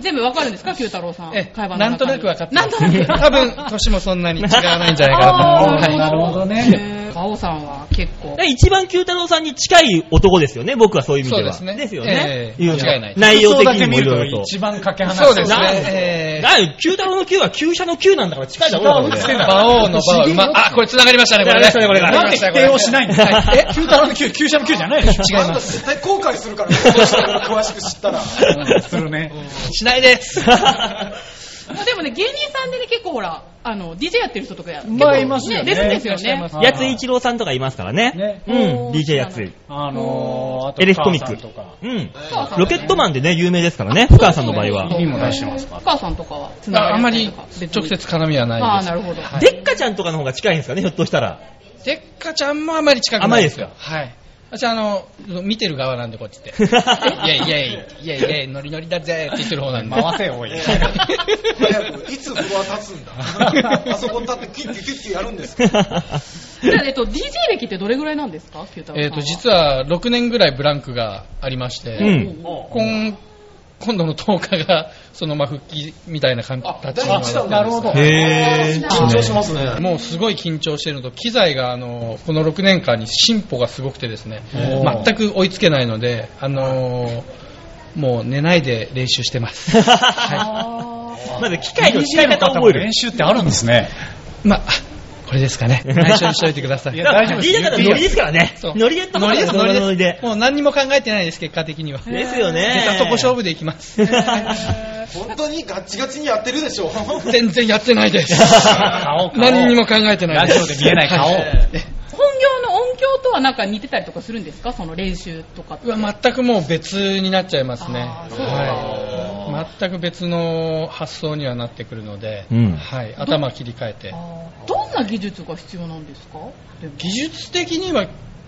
Speaker 2: 全部わかるんですか、九太郎さん。
Speaker 6: え
Speaker 2: 会話の中
Speaker 6: な
Speaker 2: 身
Speaker 6: んとなく分かって
Speaker 2: な
Speaker 6: ま
Speaker 2: ん
Speaker 6: す。
Speaker 2: となく。
Speaker 6: 多分、年もそんなに違わないんじゃない かなと思います
Speaker 4: あーなるほどね。
Speaker 2: えー馬王さんは結構。
Speaker 3: 一番九太郎さんに近い男ですよね、僕はそういう意味では。
Speaker 6: そうですね
Speaker 3: よね。
Speaker 6: ええ
Speaker 3: うのは
Speaker 6: 間違いない
Speaker 3: 内容
Speaker 4: 服装
Speaker 3: 的
Speaker 4: だ
Speaker 3: にも
Speaker 4: け見
Speaker 3: い
Speaker 4: る
Speaker 3: ろ
Speaker 4: と
Speaker 3: いろと。
Speaker 4: 一番かけ離
Speaker 6: そうです
Speaker 3: なん
Speaker 6: ね。えー
Speaker 3: だよ九太郎の九は旧車の九なんだから近いだろ、だからこれ
Speaker 6: 馬王の馬王、まあ、これ繋がりましたね、これね。
Speaker 3: 繋がりましたねこれが
Speaker 4: なんで否定をしないんだ
Speaker 6: は
Speaker 4: よ。え、九太郎の九、旧車の九じゃないでしょ
Speaker 6: 違い
Speaker 5: あん
Speaker 6: ま
Speaker 5: た
Speaker 6: す。
Speaker 5: 絶対後悔するからね、この人が詳しく知ったら。
Speaker 4: するね。
Speaker 6: しないです。
Speaker 2: まあでもね、芸人さんでね、結構ほら、あの、DJ やってる人とかや結構
Speaker 4: まあいますよね
Speaker 2: ですですよね。
Speaker 3: やつい一郎さんとかいますからね
Speaker 4: ね。
Speaker 3: うん、DJ やつい。
Speaker 4: あのー、あと
Speaker 3: エレスコミッ
Speaker 4: 母
Speaker 3: ク
Speaker 4: さんとか。。
Speaker 3: うん。
Speaker 2: 深川さんはね
Speaker 3: ロケットマンでね、有名ですからね、深川さんの場合は。
Speaker 4: 耳も出してますから
Speaker 2: お母さんとかはつなが
Speaker 6: ああんまり
Speaker 2: とか
Speaker 6: 直接絡みは
Speaker 2: あ
Speaker 6: な
Speaker 2: あ、
Speaker 6: いで
Speaker 2: なるほど。
Speaker 6: い
Speaker 3: でっかちゃんとかの方が近いんですかね、ひょっとしたら。
Speaker 6: す。でっかちゃんもあまり近くないですよ
Speaker 3: あ。
Speaker 6: はい。私あの、見てる側なんでこっちって。イェイイェイ、イェイイェイ、ノリノリだぜって言ってる方なんで。
Speaker 4: 回せよ、おい。
Speaker 5: 早くいつフロア立つんだあそこに立ってキュッキュッキュッキュやるんですか
Speaker 2: じゃあ、えっと、DJ 歴ってどれぐらいなんですか、九太郎さんは。
Speaker 6: えっと、実は6年ぐらいブランクがありまして、
Speaker 3: うん。
Speaker 6: 今今度の10日が、そのまあ復帰みたいな感
Speaker 5: あ
Speaker 6: じ
Speaker 5: 第一弾
Speaker 4: なるほど。
Speaker 3: へぇ
Speaker 5: 緊張しますね
Speaker 6: もうすごい緊張してるのと、機材があのこの6年間に進歩がすごくてですね、
Speaker 4: おー
Speaker 6: 全く追いつけないので、あのーもう寝ないで練習してます。
Speaker 3: まず機械の使い方を覚える
Speaker 4: 練。習ってあるんですね。
Speaker 6: まあ、これですか ね。内緒にしといてください。
Speaker 4: いや大丈夫です
Speaker 3: D だからノリですからね
Speaker 6: そう。
Speaker 3: ノリでと
Speaker 6: ノリです、ノリです
Speaker 3: ノリで。
Speaker 6: もう何にも考えてないです、結果的には。出
Speaker 3: ですよね。
Speaker 6: たとこ勝負でいき ます。
Speaker 5: 本当にガッチガチにやってるでしょ
Speaker 6: 全然やってないです。
Speaker 4: 顔
Speaker 6: 何にも考えてないです。
Speaker 4: ラジオで見えない顔
Speaker 6: は
Speaker 2: 本業の音響とはなんか似てたりとかするんですかその練習とかって。
Speaker 6: うわ全くもう別になっちゃいますね。
Speaker 2: あーそうか
Speaker 6: はい。全く別の発想にはなってくるので、
Speaker 3: うん
Speaker 6: はい、頭切り替えて。
Speaker 2: あーどんな技術が必要なんですかでも
Speaker 6: 技術的には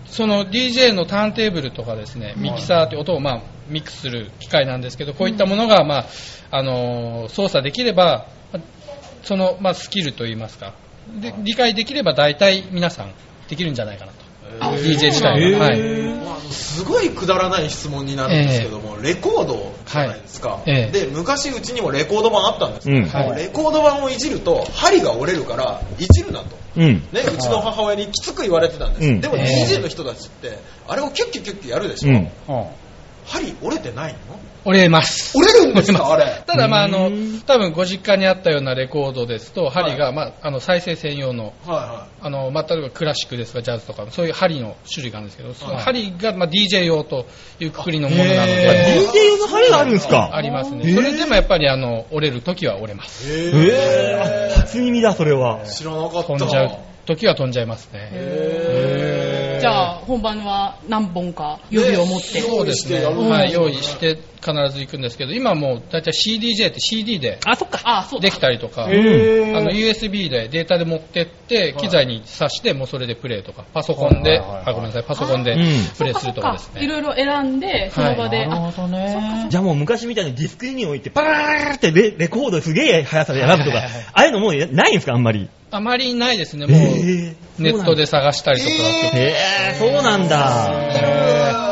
Speaker 6: その DJ のターンテーブルとかですねミキサーという音をまあミックスする機械なんですけどこういったものがまああのー操作できればまあそのまあスキルといいますかで理解できれば大体皆さんできるんじゃないかなと DJ 自体は、はい
Speaker 5: もうあのすごいくだらない質問になるんですけども、レコードじゃないですか、
Speaker 6: はいええ
Speaker 5: で昔うちにもレコード版あったんです
Speaker 3: う
Speaker 5: けど、
Speaker 3: ん。
Speaker 6: はい
Speaker 5: レコード版をいじると針が折れるからいじるなと
Speaker 3: うん。
Speaker 5: ね、うちの母親にきつく言われてたんです、
Speaker 3: うん
Speaker 5: でも
Speaker 6: ええ
Speaker 5: DJ の人たちってあれをキュッキュッキュッキュやるでしょ、
Speaker 3: うん。
Speaker 5: 針折れてないの
Speaker 6: 折れます
Speaker 5: 折れるんですかあれ
Speaker 6: ただまああの
Speaker 3: うん
Speaker 6: 多分ご実家にあったようなレコードですと針がまああの再生専用の
Speaker 5: は
Speaker 6: あのまあ、例えばクラシックですとかジャズとかそういう針の種類があるんですけどその
Speaker 5: はい
Speaker 6: 針が、まあ、DJ 用というくくりのものなの
Speaker 5: あへ
Speaker 6: で
Speaker 3: DJ 用の針があるんです
Speaker 6: あ
Speaker 3: か
Speaker 6: りますねそれでもやっぱりあの折れる時は折れます
Speaker 5: いはいへ
Speaker 3: えー、あ初耳だ、それは。
Speaker 5: 知らなかった
Speaker 6: 飛んじゃう時は飛んじゃいますね
Speaker 5: へー
Speaker 2: じゃあ、本番は何本か予備を持って。
Speaker 5: ねそうですね
Speaker 2: うん
Speaker 6: はい、用意して必ず行くんですけど今もう大体 CDJ って CD で
Speaker 3: あ、そっか。
Speaker 2: あ、そうだ
Speaker 6: できたりとかあ
Speaker 3: へー
Speaker 6: の USB でデータで持ってって機材に挿してもうそれでプレイとかパソコン
Speaker 4: は
Speaker 6: で
Speaker 4: いはいはい
Speaker 6: あごめんなさいパソコンで
Speaker 3: うん
Speaker 6: プレイするとかです
Speaker 2: い
Speaker 6: ね
Speaker 2: ろいろ選んで、その場で。
Speaker 4: なる
Speaker 2: あ
Speaker 4: ほどね。
Speaker 3: じゃあもう昔みたいにディスクユニオン行って、パーってレレコードすげえ速さで選ぶとか、ああいうのもうやないんですか、あんまり。
Speaker 6: あまりないですねもう
Speaker 3: えー
Speaker 6: ネットで。探したりとか、
Speaker 5: え
Speaker 3: へえー、そうなんだ。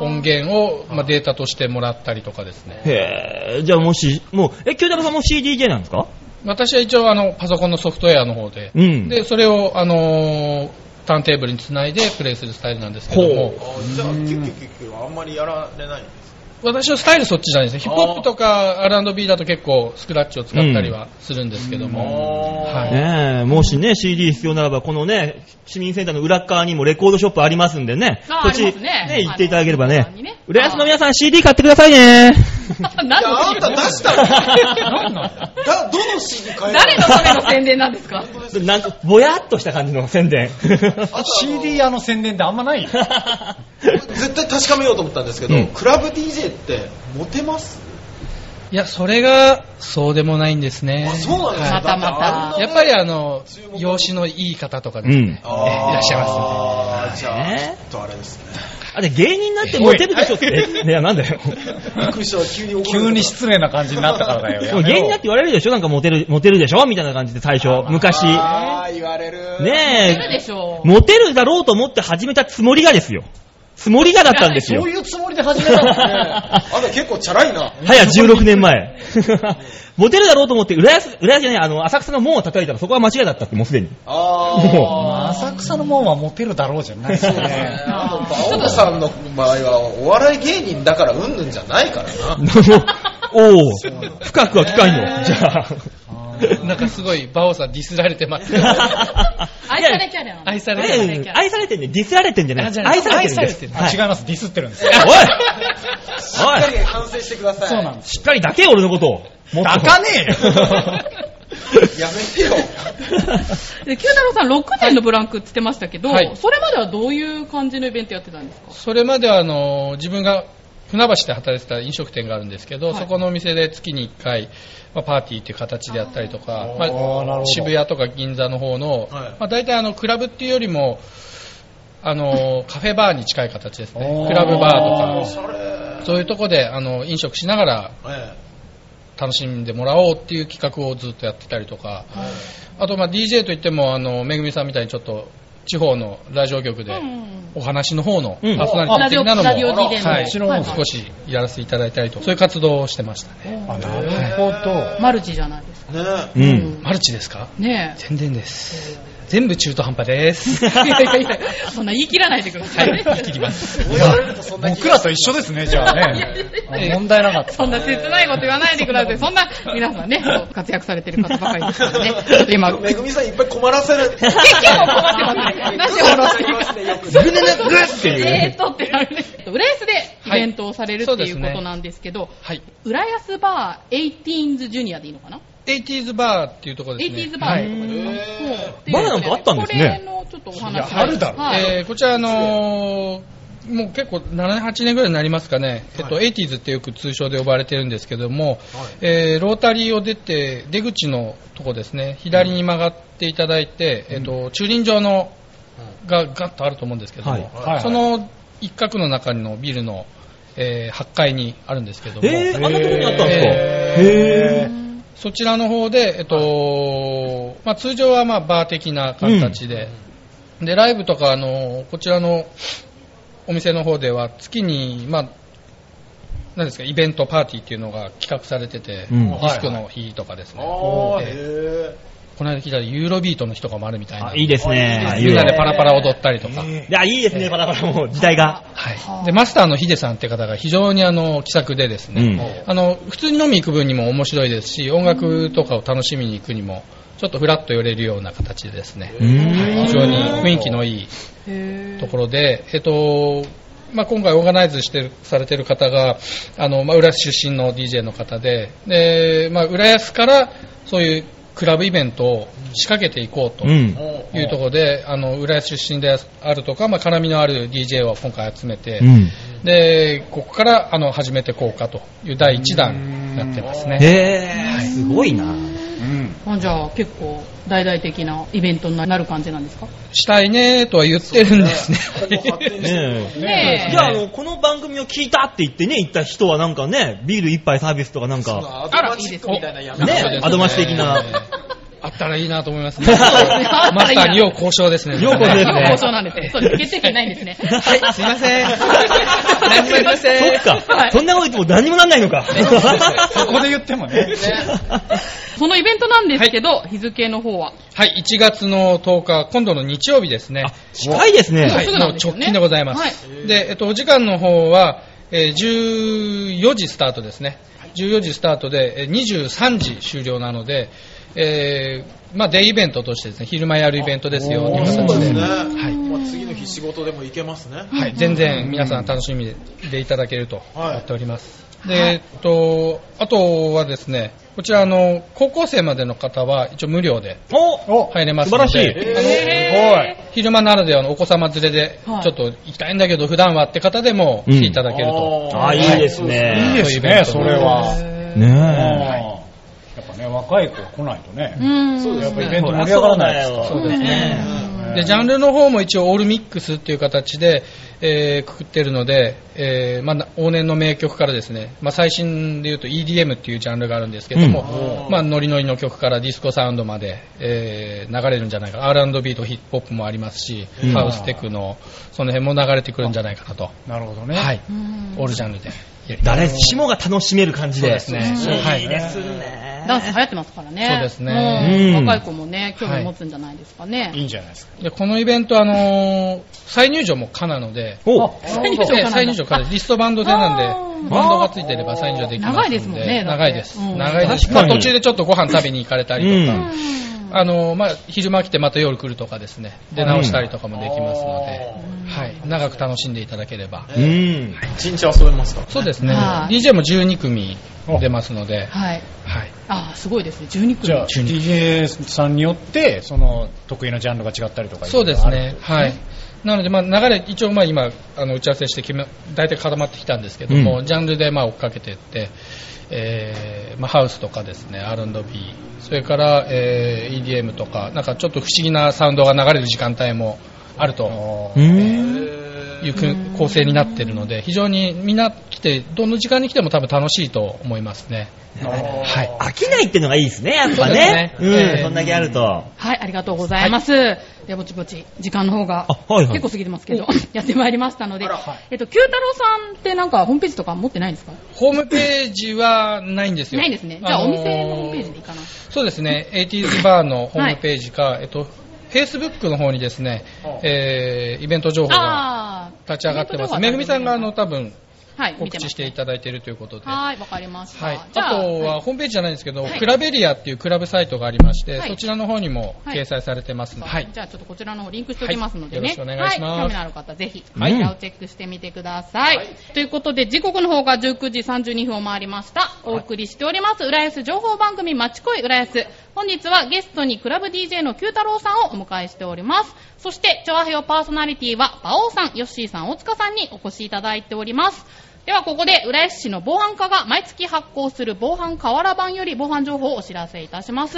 Speaker 5: ー
Speaker 6: 音源を、まあ、データとしてもらったりとかですね。
Speaker 3: へえ、じゃあもし、もう、え、清太郎さんも CDJ なんですか
Speaker 6: 私は一応あのパソコンのソフトウェアの方で、
Speaker 3: うん
Speaker 6: でそれをあのーターンテーブルにつないでプレイするスタイルなんですけども
Speaker 5: あ、ーじゃあ、キュッキュッキュッキュはあんまりやられないんです
Speaker 6: 私のスタイルそっちじゃないですね。ヒップホップとか R&B だと結構スクラッチを使ったりはするんですけども、はい
Speaker 3: ねえ、もしね、CD 必要ならば、このね、市民センターの裏っ側にもレコードショップありますんでね、
Speaker 2: あ
Speaker 3: こっ
Speaker 2: あ
Speaker 3: ち、
Speaker 2: りますね
Speaker 3: ね、行っていただければ
Speaker 2: あの裏側にね
Speaker 3: ね、浦安の皆さん CD 買ってくださいね。
Speaker 2: 何の
Speaker 5: あんた出したの
Speaker 6: 何なの
Speaker 5: だどの CD 買えばい
Speaker 2: 誰
Speaker 5: い
Speaker 2: のための宣伝なんですか
Speaker 3: なんか、ぼやっとした感じの宣伝。
Speaker 5: あとあの
Speaker 4: CD 屋の宣伝ってあんまないよ。
Speaker 5: 絶対確かめようと思ったんですけど、
Speaker 3: うん
Speaker 5: クラブ DJ ってモテます、
Speaker 6: いや、それがそうでもないんですね
Speaker 5: あ。そうなんです
Speaker 2: またまた
Speaker 6: やっぱりあ
Speaker 5: の
Speaker 6: の
Speaker 5: 注目、
Speaker 6: 容姿のいい方とかですね、
Speaker 5: い
Speaker 6: いらっしゃいます
Speaker 5: じゃあ、
Speaker 3: ね
Speaker 5: ちょっとあれですね
Speaker 3: あれ、芸人になってモテるでしょって。いや、なんだよ。
Speaker 5: びっくりした急に怒られた
Speaker 4: 急に失礼な感じになったからだよ。
Speaker 3: で
Speaker 4: や
Speaker 3: も
Speaker 4: めろ
Speaker 3: 芸人だって言われるでしょなんかモテる、モテるでしょみたいな感じで最初、昔。
Speaker 5: あー言われる
Speaker 2: 出るで
Speaker 3: ねえ、
Speaker 2: しょう。
Speaker 3: モテるだろうと思って始めたつもりがですよ。つもりがだったんですよ
Speaker 4: そう。いうつもりで始めたのね。
Speaker 5: あんた結構チャラいな
Speaker 3: はや16年前。モテるだろうと思って、浦安、浦安じゃない、あの、浅草の門を叩いたらそこは間違いだったって、もうすでに。
Speaker 5: あ
Speaker 3: も
Speaker 5: ー
Speaker 4: 浅草の門はモテるだろうじゃないですね。
Speaker 5: あと馬王さんの場合はお笑い芸人だからうんぬんじゃないからな
Speaker 3: おお深くは機械の。じゃ
Speaker 6: ね。 なんかすごい、バオさんディスられてま す。
Speaker 3: あ。
Speaker 2: 愛されキャラなの
Speaker 6: 愛されてます。
Speaker 3: ねえ愛されてんね、ディスられてんじゃない
Speaker 6: あじゃない
Speaker 3: 愛されてるんです。
Speaker 6: 愛
Speaker 4: あ違い
Speaker 3: はい
Speaker 4: ます、ディスってるんですよ。
Speaker 5: しっか
Speaker 3: おい
Speaker 5: り反省してください
Speaker 4: そうなんです。
Speaker 3: しっかりだけ俺のことを。もっと
Speaker 4: 抱かねえよ
Speaker 5: やめてよ
Speaker 2: で、九太郎さん6年のブランクって言ってましたけど、
Speaker 6: はい
Speaker 2: それまではどういう感じのイベントやってたんですか
Speaker 6: それまではあの自分が船橋で働いてた飲食店があるんですけど、
Speaker 2: はい
Speaker 6: そこのお店で月に1回、まあ、パーティーっていう形でやったりとか
Speaker 4: あーなる
Speaker 6: ま
Speaker 4: ほ
Speaker 6: あ、
Speaker 4: ど
Speaker 6: 渋谷とか銀座の方の、
Speaker 5: はい
Speaker 6: まあ、大体あのクラブっていうよりもあのカフェバーに近い形ですねクラブバーと
Speaker 5: それ
Speaker 6: かそういうとこであの飲食しながら
Speaker 5: え
Speaker 6: 楽しんでもらおうっていう企画をずっとやってたりとか、あとまあ DJ といってもあのめぐみさんみたいにちょっと地方のラジオ局で
Speaker 2: うん
Speaker 6: お話の方のパ
Speaker 3: うん
Speaker 6: ーソナ
Speaker 2: ラジ
Speaker 6: リティ
Speaker 2: オ、
Speaker 6: 的なのも、
Speaker 2: ラジオ DJ の。
Speaker 6: はい
Speaker 4: もちろん
Speaker 6: 少しやらせていただいたりとそういう活動をしてましたね
Speaker 4: あなるほど。
Speaker 2: マルチじゃないですか。
Speaker 5: えね
Speaker 3: う
Speaker 5: え
Speaker 3: ん。
Speaker 6: マルチですか
Speaker 2: ねえ。
Speaker 6: 全然です全部中途半端です
Speaker 2: いやいやいや、そんな言い切らないでくださ。
Speaker 6: はいい言い切ります
Speaker 5: 言われるとそんな気
Speaker 4: 僕
Speaker 5: が
Speaker 4: らと一緒ですね、じゃあね。
Speaker 6: や
Speaker 4: あ問題なかった。
Speaker 2: そんな切ないこと言わないでください。そんな、皆さんね、そう活躍されてる方ばかりです からね。ちょっと今、
Speaker 5: めぐみさんいっぱい困らせる
Speaker 2: 結構困ってますね。なぜ笑ってるか。
Speaker 3: ぐねねぐってい
Speaker 2: えー
Speaker 3: うね
Speaker 2: っ。とってなるね。浦安でイベントをされるって
Speaker 6: はい
Speaker 2: いうこ
Speaker 6: そうです
Speaker 2: と
Speaker 6: ね
Speaker 2: なんですけど、
Speaker 6: はい
Speaker 2: 浦安バー 18s ジュニアでいいのかな
Speaker 6: 80s バーっていうところですね
Speaker 2: ?80s
Speaker 6: は
Speaker 2: バ
Speaker 6: い
Speaker 2: ーのとこですかそう
Speaker 3: まだなんかあったんですね
Speaker 2: これのちょっとお話
Speaker 4: いやあるだろう
Speaker 2: はい
Speaker 6: えーこちら、あのーもう結構7、8年ぐらいになりますかね、えっと、エイティーズってよく通称で呼ばれてるんですけども、えーロータリーを出て、出口のとこですね、左に曲がっていただいて、えっと、駐輪場のがガッとあると思うんですけども、
Speaker 3: はい
Speaker 4: はいはい
Speaker 6: その一角の中のビルの、え8階にあるんですけども、
Speaker 3: えー、あんなとこにあったんですか
Speaker 6: え
Speaker 3: へー。
Speaker 6: そちらの方で、えっとまあ、通常はまあバー的な形で、でライブとかあのこちらのお店の方では月に、まあ、なんですかイベントパーティーっていうのが企画されてて、
Speaker 3: うん
Speaker 6: ディスクの日とかですね、
Speaker 5: ああ
Speaker 6: え
Speaker 5: へ
Speaker 6: この間聞いたらユーロビートの日とかもあるみたいな
Speaker 3: あ、いいですね。あいい
Speaker 6: みんなでパ
Speaker 3: ね
Speaker 6: ラパラ踊ったりとか。
Speaker 3: いや、いいですね、パラパラもう、時代が。
Speaker 6: はい、でマスターのヒデさんって方が非常にあの気さくでですね、あの普通に飲みに行く分にも面白いですし音楽とかを楽しみに行くにもちょっとフラッと寄れるような形でですね、
Speaker 3: うーん。
Speaker 6: 非常に雰囲気のいいところで、えっとまあ、今回オーガナイズしてるされてる方があの、まあ、浦安出身の DJ の方でで、まあ、浦安からそういうクラブイベントを仕掛けていこうと。
Speaker 3: うん
Speaker 5: え。も
Speaker 6: いうところで、あの、浦安出身であるとか、まあ、絡みのある DJ を今回集めて、
Speaker 3: うん。
Speaker 6: で、ここから、あの、始めてこうかという第1弾になってますね。
Speaker 3: へー、すごいな。
Speaker 4: うん。
Speaker 2: あじゃあ結構大々的なイベントになる感じなんですか
Speaker 6: したいねとは言ってるんですね。
Speaker 5: う 今後発展して
Speaker 3: ねえ。
Speaker 2: ね
Speaker 3: じゃあ、あの、この番組を聞いたって言ってね、行った人はなんかね、ビール一杯サービスとかなんか、
Speaker 5: アドマチックみたいなやつ
Speaker 3: ね
Speaker 6: そうですね
Speaker 3: アドマチ的な。
Speaker 6: え あったらいいなと思い ますね。
Speaker 2: あ
Speaker 6: マ
Speaker 2: ったらいいな
Speaker 6: スターに要交渉ですね。
Speaker 3: 要交渉ですね
Speaker 2: 交渉なんですね。そうです。決定権ないんですね。
Speaker 6: はい、すいません。何もありません。
Speaker 3: そっか、
Speaker 2: はい
Speaker 3: そんなこと言っても何にもなんないのか。
Speaker 4: そこで言ってもね。
Speaker 2: そのイベントなんですけど、日付の方は。
Speaker 6: はい、1月の10日、今度の日曜日ですね
Speaker 3: あ。近いですね。
Speaker 2: もう
Speaker 6: はい、
Speaker 2: すぐな
Speaker 6: も
Speaker 2: ん
Speaker 6: う
Speaker 2: ですよ
Speaker 6: 直
Speaker 2: ね
Speaker 6: 近でございます。で、えっと、お時間の方は、えー14時スタートですね。14時スタートで、えー23時終了なので、えーまあ、デイイベントとしてですね、昼間やるイベントですよ、という
Speaker 5: そう
Speaker 6: 形
Speaker 5: ですね。。
Speaker 6: でい
Speaker 5: まあ次の日仕事でも行けますね。
Speaker 6: はい、全然皆さん楽しみでいただけると
Speaker 5: はい
Speaker 6: 思っております。
Speaker 2: はい
Speaker 6: で、えっと、あとはですね、こちら、あの、高校生までの方は一応無料で
Speaker 3: お
Speaker 4: お、
Speaker 6: 入れます
Speaker 3: 素晴
Speaker 6: の
Speaker 3: らし
Speaker 6: で、
Speaker 3: い。
Speaker 2: へ
Speaker 6: 昼間ならではのお子様連れで、
Speaker 2: はい
Speaker 6: ちょっと行きたいんだけど、普段はって方でも
Speaker 3: うん
Speaker 6: 来ていただけると。
Speaker 3: あ、いいです
Speaker 4: いい
Speaker 3: ね。
Speaker 4: ですね、それは。
Speaker 3: ね
Speaker 4: やっぱね、若い子が来ないと
Speaker 2: う
Speaker 4: ね。
Speaker 2: ん。
Speaker 4: そうやっぱイ
Speaker 3: え。
Speaker 4: ベント盛り上がらないですか
Speaker 3: そう
Speaker 6: そう
Speaker 3: だ
Speaker 6: です
Speaker 3: よ
Speaker 6: ね
Speaker 4: うん
Speaker 6: で、ジャンルの方も一応オールミックスっていう形で、えーくくってるので、えーまあ、な往年の名曲からですね、まあ、最新で言うと EDM っていうジャンルがあるんですけども、まあ、ノリノリの曲からディスコサウンドまで、えー流れるんじゃないか R&B とヒップホップもありますし、
Speaker 3: うん
Speaker 6: ハウステクのその辺も流れてくるんじゃないかなと、
Speaker 4: なるほどね。
Speaker 6: はい、
Speaker 2: うん
Speaker 6: オールジャンルでやりたい
Speaker 3: 誰しもが楽しめる感じ
Speaker 6: そう
Speaker 3: で。
Speaker 6: ですね。はい
Speaker 3: い
Speaker 6: い
Speaker 3: ですね。
Speaker 2: ダンス流行ってますからね。
Speaker 6: そうですね
Speaker 2: うん
Speaker 3: うん
Speaker 2: 若い子もね、興味持つんじゃないですか
Speaker 4: い
Speaker 2: ね。
Speaker 4: いんじゃないですか。
Speaker 6: でこのイベント、あのー再入場も可なので、
Speaker 3: お、
Speaker 2: 再入場可なんだ
Speaker 6: ええ再入場可です。リストバンドでなん
Speaker 2: あ
Speaker 6: で
Speaker 2: ー、
Speaker 6: バンドがついてれば再入場できます
Speaker 2: 長いですもんねだって
Speaker 6: 長いです。
Speaker 2: うん
Speaker 6: 長いです。
Speaker 3: 確かに
Speaker 6: まあ途中でちょっとご飯食べに行かれたりと
Speaker 3: う
Speaker 6: か、あのーまあ、昼間来てまた夜来るとかですね、出直したりとかもできますので、はい、長く楽しんでいただければ。
Speaker 3: うん。
Speaker 5: 一日遊べますから。
Speaker 6: そうですね、
Speaker 2: はい
Speaker 6: DJ も12組出ますの
Speaker 2: は
Speaker 6: で、
Speaker 2: い。
Speaker 6: はい。
Speaker 2: ああ、すごいですね。12組。
Speaker 4: じゃあ、
Speaker 6: 中二
Speaker 4: DJ さんによって、その、得意なジャンルが違ったりとかい
Speaker 6: そう
Speaker 4: ろいろ
Speaker 6: です
Speaker 4: ある
Speaker 6: ね。はい。なので、まあ、流れ、一応、まあ、今、あの、打ち合わせして決め、大体固まってきたんですけども、
Speaker 3: うん
Speaker 6: ジャンルで、まあ、追っかけてって、えー、まあ、ハウスとかですね、R&B、それから、えー、EDM とか、なんかちょっと不思議なサウンドが流れる時間帯もあると
Speaker 3: うん。
Speaker 6: いうく構成になっているので、非常にみんな来て、どの時間に来ても多分楽しいと思いますね。はい。
Speaker 3: 飽きないってのがいいですね、やっぱね。
Speaker 6: そうですね
Speaker 3: うん。そんだけあると。
Speaker 2: はい、ありがとうございます。では、ぼちぼち、時間の方が、
Speaker 3: あはいは
Speaker 2: 結
Speaker 3: い
Speaker 2: 構過ぎてますけど、 やってまいりましたので、
Speaker 5: あらはい
Speaker 2: えっと、九太郎さんってなんか、ホームページとか持ってないんですか
Speaker 6: ホームページはないんですよ。
Speaker 2: ないですね。じゃあ、お
Speaker 6: のー
Speaker 2: 店のホームページでいいかな。
Speaker 6: そうですね、80s バーのホームページか、えっと、Facebook の方にですね、えー、イベント情報が
Speaker 2: あー
Speaker 6: 立ち上がってま
Speaker 2: イ
Speaker 6: す。
Speaker 2: ベント
Speaker 6: め
Speaker 2: 情報
Speaker 6: ぐみさんが、あの、多分、
Speaker 2: はい、見
Speaker 6: 告
Speaker 2: てま
Speaker 6: 知
Speaker 2: す
Speaker 6: していただいているということで。は
Speaker 2: はーい、わかりました。
Speaker 6: い。あ
Speaker 2: じ
Speaker 6: と
Speaker 2: ゃあ、
Speaker 6: は、
Speaker 2: はい
Speaker 6: ホームページじゃないんですけど、
Speaker 2: はい
Speaker 6: クラベリアっていうクラブサイトがありまして、
Speaker 2: はい
Speaker 6: そちらの方にも
Speaker 2: はい
Speaker 6: 掲載されてますので、はい
Speaker 2: じ。ゃあ、ちょっとこちらの方リンクしておきますので
Speaker 6: は
Speaker 2: ね。
Speaker 6: いよろしくお願いします
Speaker 2: は興味のある方、ぜひ、こ
Speaker 3: はい
Speaker 2: ちらをチェックしてみてください。ということで、時刻の方が19時32分を回りました。お送りしております、浦安情報番組、まちこい浦安。本日はゲストにクラブ DJ の九太郎さんをお迎えしております。そして、チョアヘオパーソナリティは、馬王さん、ヨッシーさん、大塚さんにお越しいただいております。ではここで浦安市の防犯課が毎月発行する防犯河原版より防犯情報をお知らせいたします。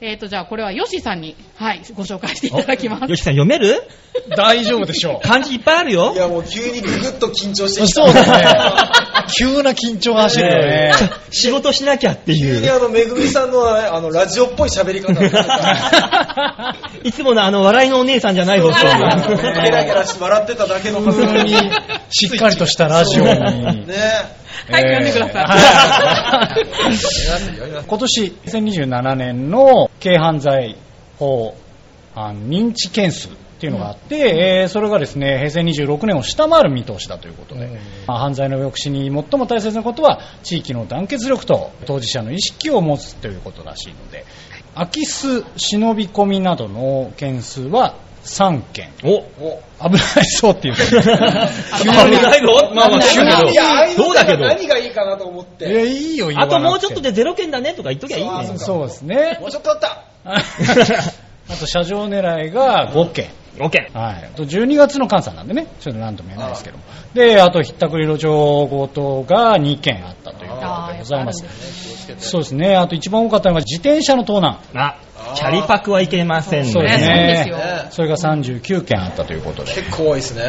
Speaker 2: えーと、じゃあこれはヨシさんに、はい、ご紹介していただきます
Speaker 3: よ。しさん読める
Speaker 4: 大丈夫でしょう。
Speaker 3: 漢字いっぱいあるよ
Speaker 5: い。やもう急にぐぐっと緊張してきた。
Speaker 4: そうですね。 急な緊張が走るよね。
Speaker 3: 仕事しなきゃって
Speaker 5: 急に
Speaker 3: いう。
Speaker 5: あの、めぐみさんのねあの、ラジオっぽい喋り方だった。
Speaker 3: いつものあの、笑いのお姉さんじゃない方
Speaker 5: ゲラゲラし笑ってただけのはずなの
Speaker 4: 普通
Speaker 5: に。
Speaker 4: に
Speaker 5: ね
Speaker 4: しっかりとしたラジオに。
Speaker 2: はい、
Speaker 4: えー
Speaker 2: 読んでください。
Speaker 4: 今年2027年の軽犯罪法案認知件数っていうのがあって、えーそれがですね平成26年を下回る見通しだということで、まあ犯罪の抑止に最も大切なことは地域の団結力と当事者の意識を持つということらしいので空き巣忍び込みなどの件数は3件
Speaker 3: お
Speaker 4: 危ないそうっていうことで
Speaker 3: 危ないぞまあまあ、
Speaker 4: 急
Speaker 3: 急
Speaker 4: に
Speaker 3: だけ
Speaker 5: いや、ああい
Speaker 3: ど。
Speaker 5: の
Speaker 3: どうだけど。
Speaker 5: 何がいいかなと思っ
Speaker 4: いや
Speaker 5: て。
Speaker 4: いいよ言わ
Speaker 3: あ
Speaker 4: なくて
Speaker 3: ともうちょっとでゼロ件だねとか言っときゃいいね。
Speaker 4: そうですね
Speaker 5: もうちょっとあった。
Speaker 4: あと、車上狙いが5件。
Speaker 3: オッケー。
Speaker 4: はい。あと、12月の換算なんでね、ちょっと何とも言えないですけども。で、あと、ひったくり路上強盗が2件あったということでございます
Speaker 2: あーやっぱあるんで。
Speaker 4: そうですね。あと、一番多かったのが自転車の盗難。
Speaker 3: あ、キャリパクはいけませんね。
Speaker 4: そうです
Speaker 2: そうですよ
Speaker 4: ね。それが39件あったということで。
Speaker 5: 結構多いですね。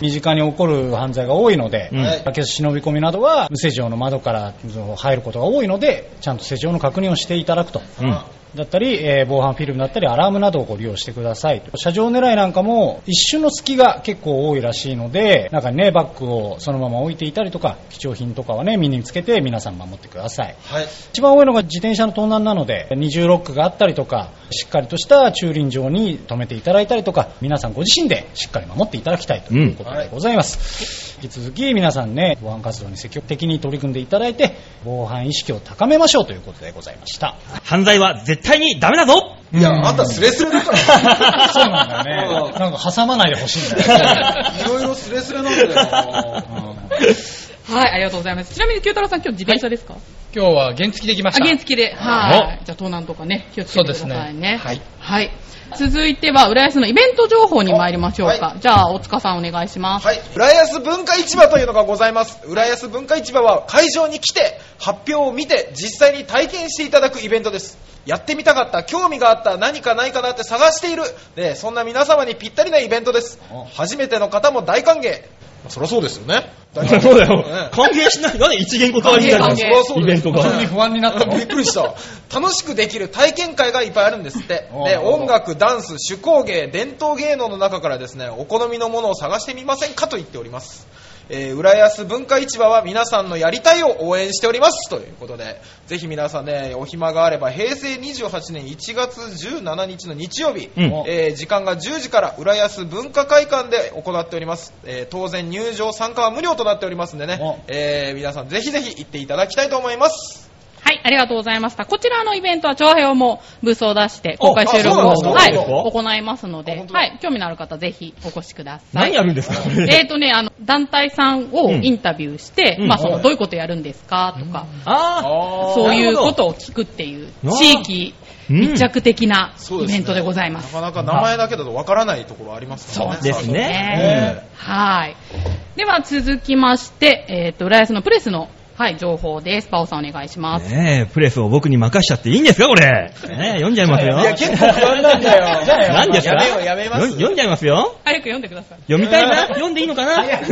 Speaker 4: 身近に起こる犯罪が多いので、
Speaker 3: うん
Speaker 4: 開け忍び込みなどは無施錠の窓から入ることが多いので、ちゃんと施錠の確認をしていただくと
Speaker 3: うん。
Speaker 4: だったり、えー防犯フィルムだったり、アラームなどをご利用してくださいと。車上狙いなんかも、一瞬の隙が結構多いらしいので、中にね、バッグをそのまま置いていたりとか、貴重品とかはね、身につけて皆さん守ってください。
Speaker 5: はい。
Speaker 4: 一番多いのが自転車の盗難なので、二重ロックがあったりとか、しっかりとした駐輪場に止めていただいたりとか、皆さんご自身でしっかり守っていただきたいということでございます。引き続き皆さんね、防犯活動に積極的に取り組んでいただいて、防犯意識を高めましょうということでございました。
Speaker 3: 犯罪は絶対にダメだぞ
Speaker 5: いや、あんたスレスレだから。
Speaker 4: そうなんだよね。なんか挟まないでほしいんだよね。
Speaker 5: い ろいろスレスレなんだよ。
Speaker 2: はい、ありがとうございます。ちなみに、九太郎さん、今日自転車ですか、
Speaker 6: 今日は原付できま
Speaker 2: あ、
Speaker 6: した。
Speaker 2: 原付で。はい。じゃあ、盗難とかね、気をつけてくださいね。
Speaker 6: そうですね
Speaker 2: はい。続いては、浦安のイベント情報に参りましょうか。
Speaker 5: おは
Speaker 2: じゃあ、大塚さんお願いします。
Speaker 5: はい。浦安文化市場というのがございます。浦安文化市場は会場に来て、発表を見て、実際に体験していただくイベントです。やってみたかった、興味があった、何かないかなって探している、ね、そんな皆様にぴったりなイベントです。初めての方も大歓迎。そりゃそうですよね。大
Speaker 3: そう
Speaker 5: 歓迎
Speaker 3: だよ
Speaker 5: ね。
Speaker 3: 関係しない。なんで一言語変わりみたいな
Speaker 2: 歓迎歓
Speaker 5: 迎
Speaker 3: イベント
Speaker 5: そう
Speaker 3: が
Speaker 5: だ
Speaker 4: 急。に不安になった の
Speaker 5: びっくりした。楽しくできる体験会がいっぱいあるんですって。
Speaker 4: おう
Speaker 5: で、
Speaker 4: おう
Speaker 5: 音楽、ダンス、手工芸、伝統芸能の中からですね、お好みのものを探してみませんかと言っております。えー、浦安文化市場は皆さんのやりたいを応援しておりますということで、ぜひ皆さんね、お暇があれば、平成28年1月17日の日曜日、
Speaker 3: うん
Speaker 5: えー時間が10時から浦安文化会館で行っております。えー当然入場参加は無料となっておりますんでね、えー皆さんぜひぜひ行っていただきたいと思います。
Speaker 2: はい、ありがとうございました。こちらのイベントは、長編もブースを出して、公開収録
Speaker 5: あ
Speaker 2: を、
Speaker 5: そう
Speaker 3: なんです
Speaker 2: はい、
Speaker 3: か
Speaker 2: 行いますの
Speaker 5: あ
Speaker 2: で
Speaker 5: 本、当だ
Speaker 2: はい、興味のある方、ぜひお越しください。
Speaker 3: 何やるんですかこれ
Speaker 2: えーとね、あの、団体さんをインタビューして、
Speaker 3: うん
Speaker 2: まあ、その、どういうことやるんですかとか、
Speaker 3: ああ、
Speaker 2: そういうこ
Speaker 3: なるほど。
Speaker 2: とを聞くっていう
Speaker 3: な、るほど
Speaker 2: 地域密着的なイベントでございます。
Speaker 5: なかなか名前だけだとわからないところありますからね。
Speaker 3: そうですね
Speaker 2: ねはい。では続きまして、えっ、と、浦安のプレスの、はい、情報です。パオさんお願いします。
Speaker 3: ねえ、プレスを僕に任しちゃっていいんですかこれ。ねえ、読んじゃいますよ。
Speaker 5: いや、結構不安なんだよ。
Speaker 3: 何ですか
Speaker 5: やめよう、やめま
Speaker 3: よん
Speaker 5: す。
Speaker 3: 読んじゃいますよ。
Speaker 2: 早く読んでください。
Speaker 3: 読みたいな読んでいいのかな
Speaker 5: え、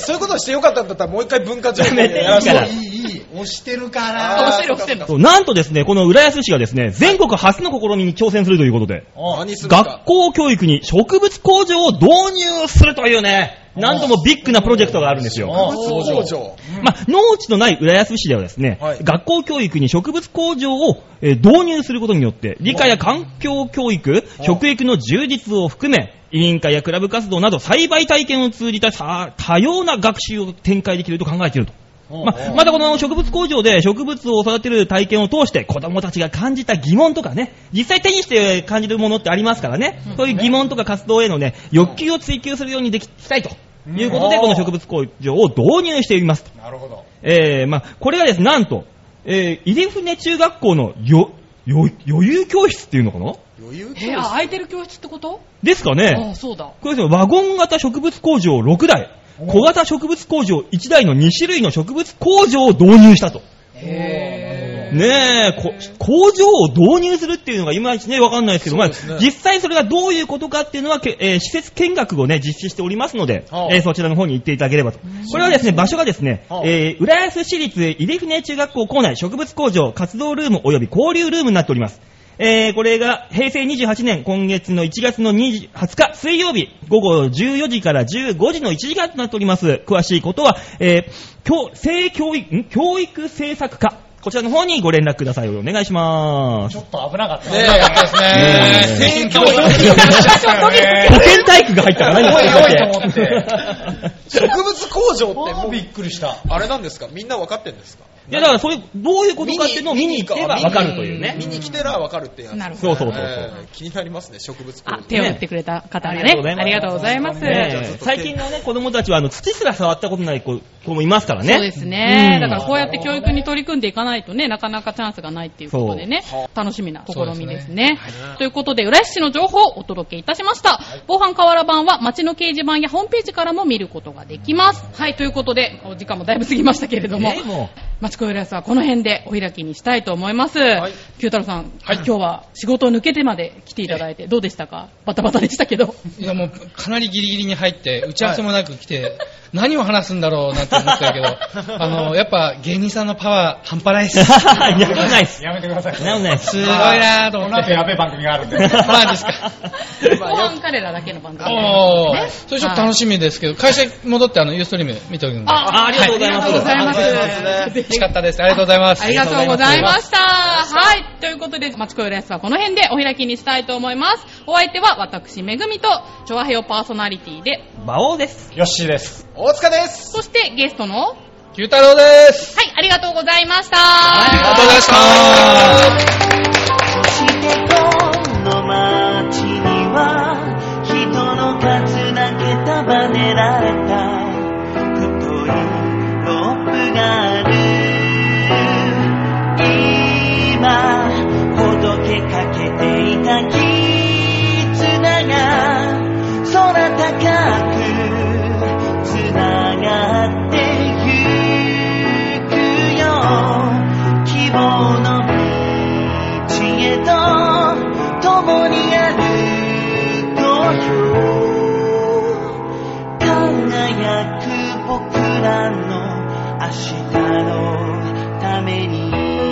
Speaker 5: そういうことしてよかったんだったらもう一回文化庁
Speaker 3: やめていいから
Speaker 5: いい、いい。押してるから
Speaker 2: あ、押してる押してる。
Speaker 3: そうなんとですね、この浦安市がですね、全国初の試みに挑戦するということで、
Speaker 5: 何するか
Speaker 3: 学。校教育に植物工場を導入するというね、なんともビッグなプロジェクトがあるんですよ。
Speaker 5: 植物工場。
Speaker 3: まあ、農地のない浦安市ではですね、
Speaker 5: はい
Speaker 3: 学校教育に植物工場を、えー導入することによって、理科や環境教育、食育の充実を含め、委員会やクラブ活動など栽培体験を通じたさ多様な学習を展開できると考えていると。まあ、またこの植物工場で植物を育てる体験を通して子供たちが感じた疑問とかね、実際手にして感じるものってありますからね、そういう疑問とか活動へのね、欲求を追求するようにできしたいということで、この植物工場を導入していますと。
Speaker 5: なるほど。
Speaker 3: えー、まあ、これがですね、なんと、えー、入船中学校のよ、よ、余裕教室っていうのかな
Speaker 5: 余裕
Speaker 2: えー、あ、空いてる教室ってこと
Speaker 3: ですか
Speaker 2: あ
Speaker 3: ね。
Speaker 2: あ、そうだ。
Speaker 3: これですね、ワゴン型植物工場6台、小型植物工場1台の2種類の植物工場を導入したと。
Speaker 2: へ
Speaker 3: ねえ、こ工場を導入するっていうのがいまいちね、わかんないですけど、まあ、実際それがどういうことかっていうのは、けえー施設見学をね、実施しておりますので、
Speaker 5: はあ
Speaker 3: えーそちらの方に行っていただければと。これはですね、場所がですね、えー浦安市立入船中学校校内植物工場活動ルーム及び交流ルームになっております。えーこれが平成28年今月の1月の20 20日水曜日午後14時から15時の1時間となっております。詳しいことは、えー教、性教育、ん教育政策課、こちらの方にご連絡ください。お願いします
Speaker 4: ちょ。っと危なかった。
Speaker 5: ねえ、やっぱですね。選
Speaker 3: ね
Speaker 5: 挙
Speaker 3: 保健体育が入ったから
Speaker 5: おいおいと思って
Speaker 3: て。
Speaker 5: 植物工場っても
Speaker 4: もう
Speaker 5: う
Speaker 4: びっくりした。
Speaker 5: あれなんですかみんなわかってんですか
Speaker 3: いや、だからそれ、どういうことかっていうのを見に行けばわかるというね。
Speaker 5: 見に来てらわかるってやつ。
Speaker 2: なるほ
Speaker 3: そう
Speaker 2: ど。
Speaker 3: そうそうそう。
Speaker 5: えー気になりますね、植物工
Speaker 2: あ、
Speaker 5: 場。
Speaker 2: 手を振ってくれた方が
Speaker 3: ありがと
Speaker 2: ね
Speaker 3: うござい。ます
Speaker 2: ありがとうございます。
Speaker 3: ねえ最近のね、子供たちはあの土すら触ったことない子子もいますからね。
Speaker 2: そうですね
Speaker 3: う。ん
Speaker 2: だからこうやって教育に取り組んでいかないとね、なかなかチャンスがないっていうことでね、楽しみな試みですね。ということで、浦安市の情報をお届けいたしました。防犯河原版は街の掲示板やホームページからも見ることができます。はい、ということで、お時間もだいぶ過ぎましたけれども
Speaker 3: ええも。
Speaker 2: 町子よりやすはこの辺でお開きにしたいと思います。
Speaker 5: はい
Speaker 2: 九太郎さん、
Speaker 6: はい
Speaker 2: 今日は仕事を抜けてまで来ていただいて、どうでしたかバタバタでしたけど。
Speaker 6: いやもうかなりギリギリに入って打ち合わせもなく来て、何を話すんだろうなんて思ったけど あのやっぱ芸人さんのパワー半端ないですす
Speaker 3: いや、ないっす。
Speaker 4: やめてください。
Speaker 3: なないっす。
Speaker 6: ごいなーと
Speaker 4: こ
Speaker 6: 思
Speaker 4: の
Speaker 6: っ
Speaker 4: 後
Speaker 6: て
Speaker 4: やべえ番組があるんで。
Speaker 6: マジで すか
Speaker 2: 後半彼らだけの番組。
Speaker 6: おー
Speaker 2: ね
Speaker 6: それちょっと楽しみですけど会社戻ってあのユーストリーム見ておくんで
Speaker 3: あありがとうございます
Speaker 2: ありがとうございます
Speaker 5: ありがとうございます
Speaker 6: 美味しかったですありがとうございます
Speaker 2: ありがとうございました。はい。ということで、マチコよりやすはこの辺でお開きにしたいと思います。お相手は私、めぐみと、チョアヘオパーソナリティで、
Speaker 3: 魔王です。
Speaker 4: よっしーです。
Speaker 5: 大塚です
Speaker 2: そしてゲストの、はい、
Speaker 6: 九太郎です
Speaker 2: ありがとうございました。
Speaker 6: ありがとうございました
Speaker 1: そしてこの街には人の数だけ束ねられた太いロープがある今ほどけかけていた絆が空高くつながってゆくよ希望の知恵と共に歩こうよ輝く僕らの明日のために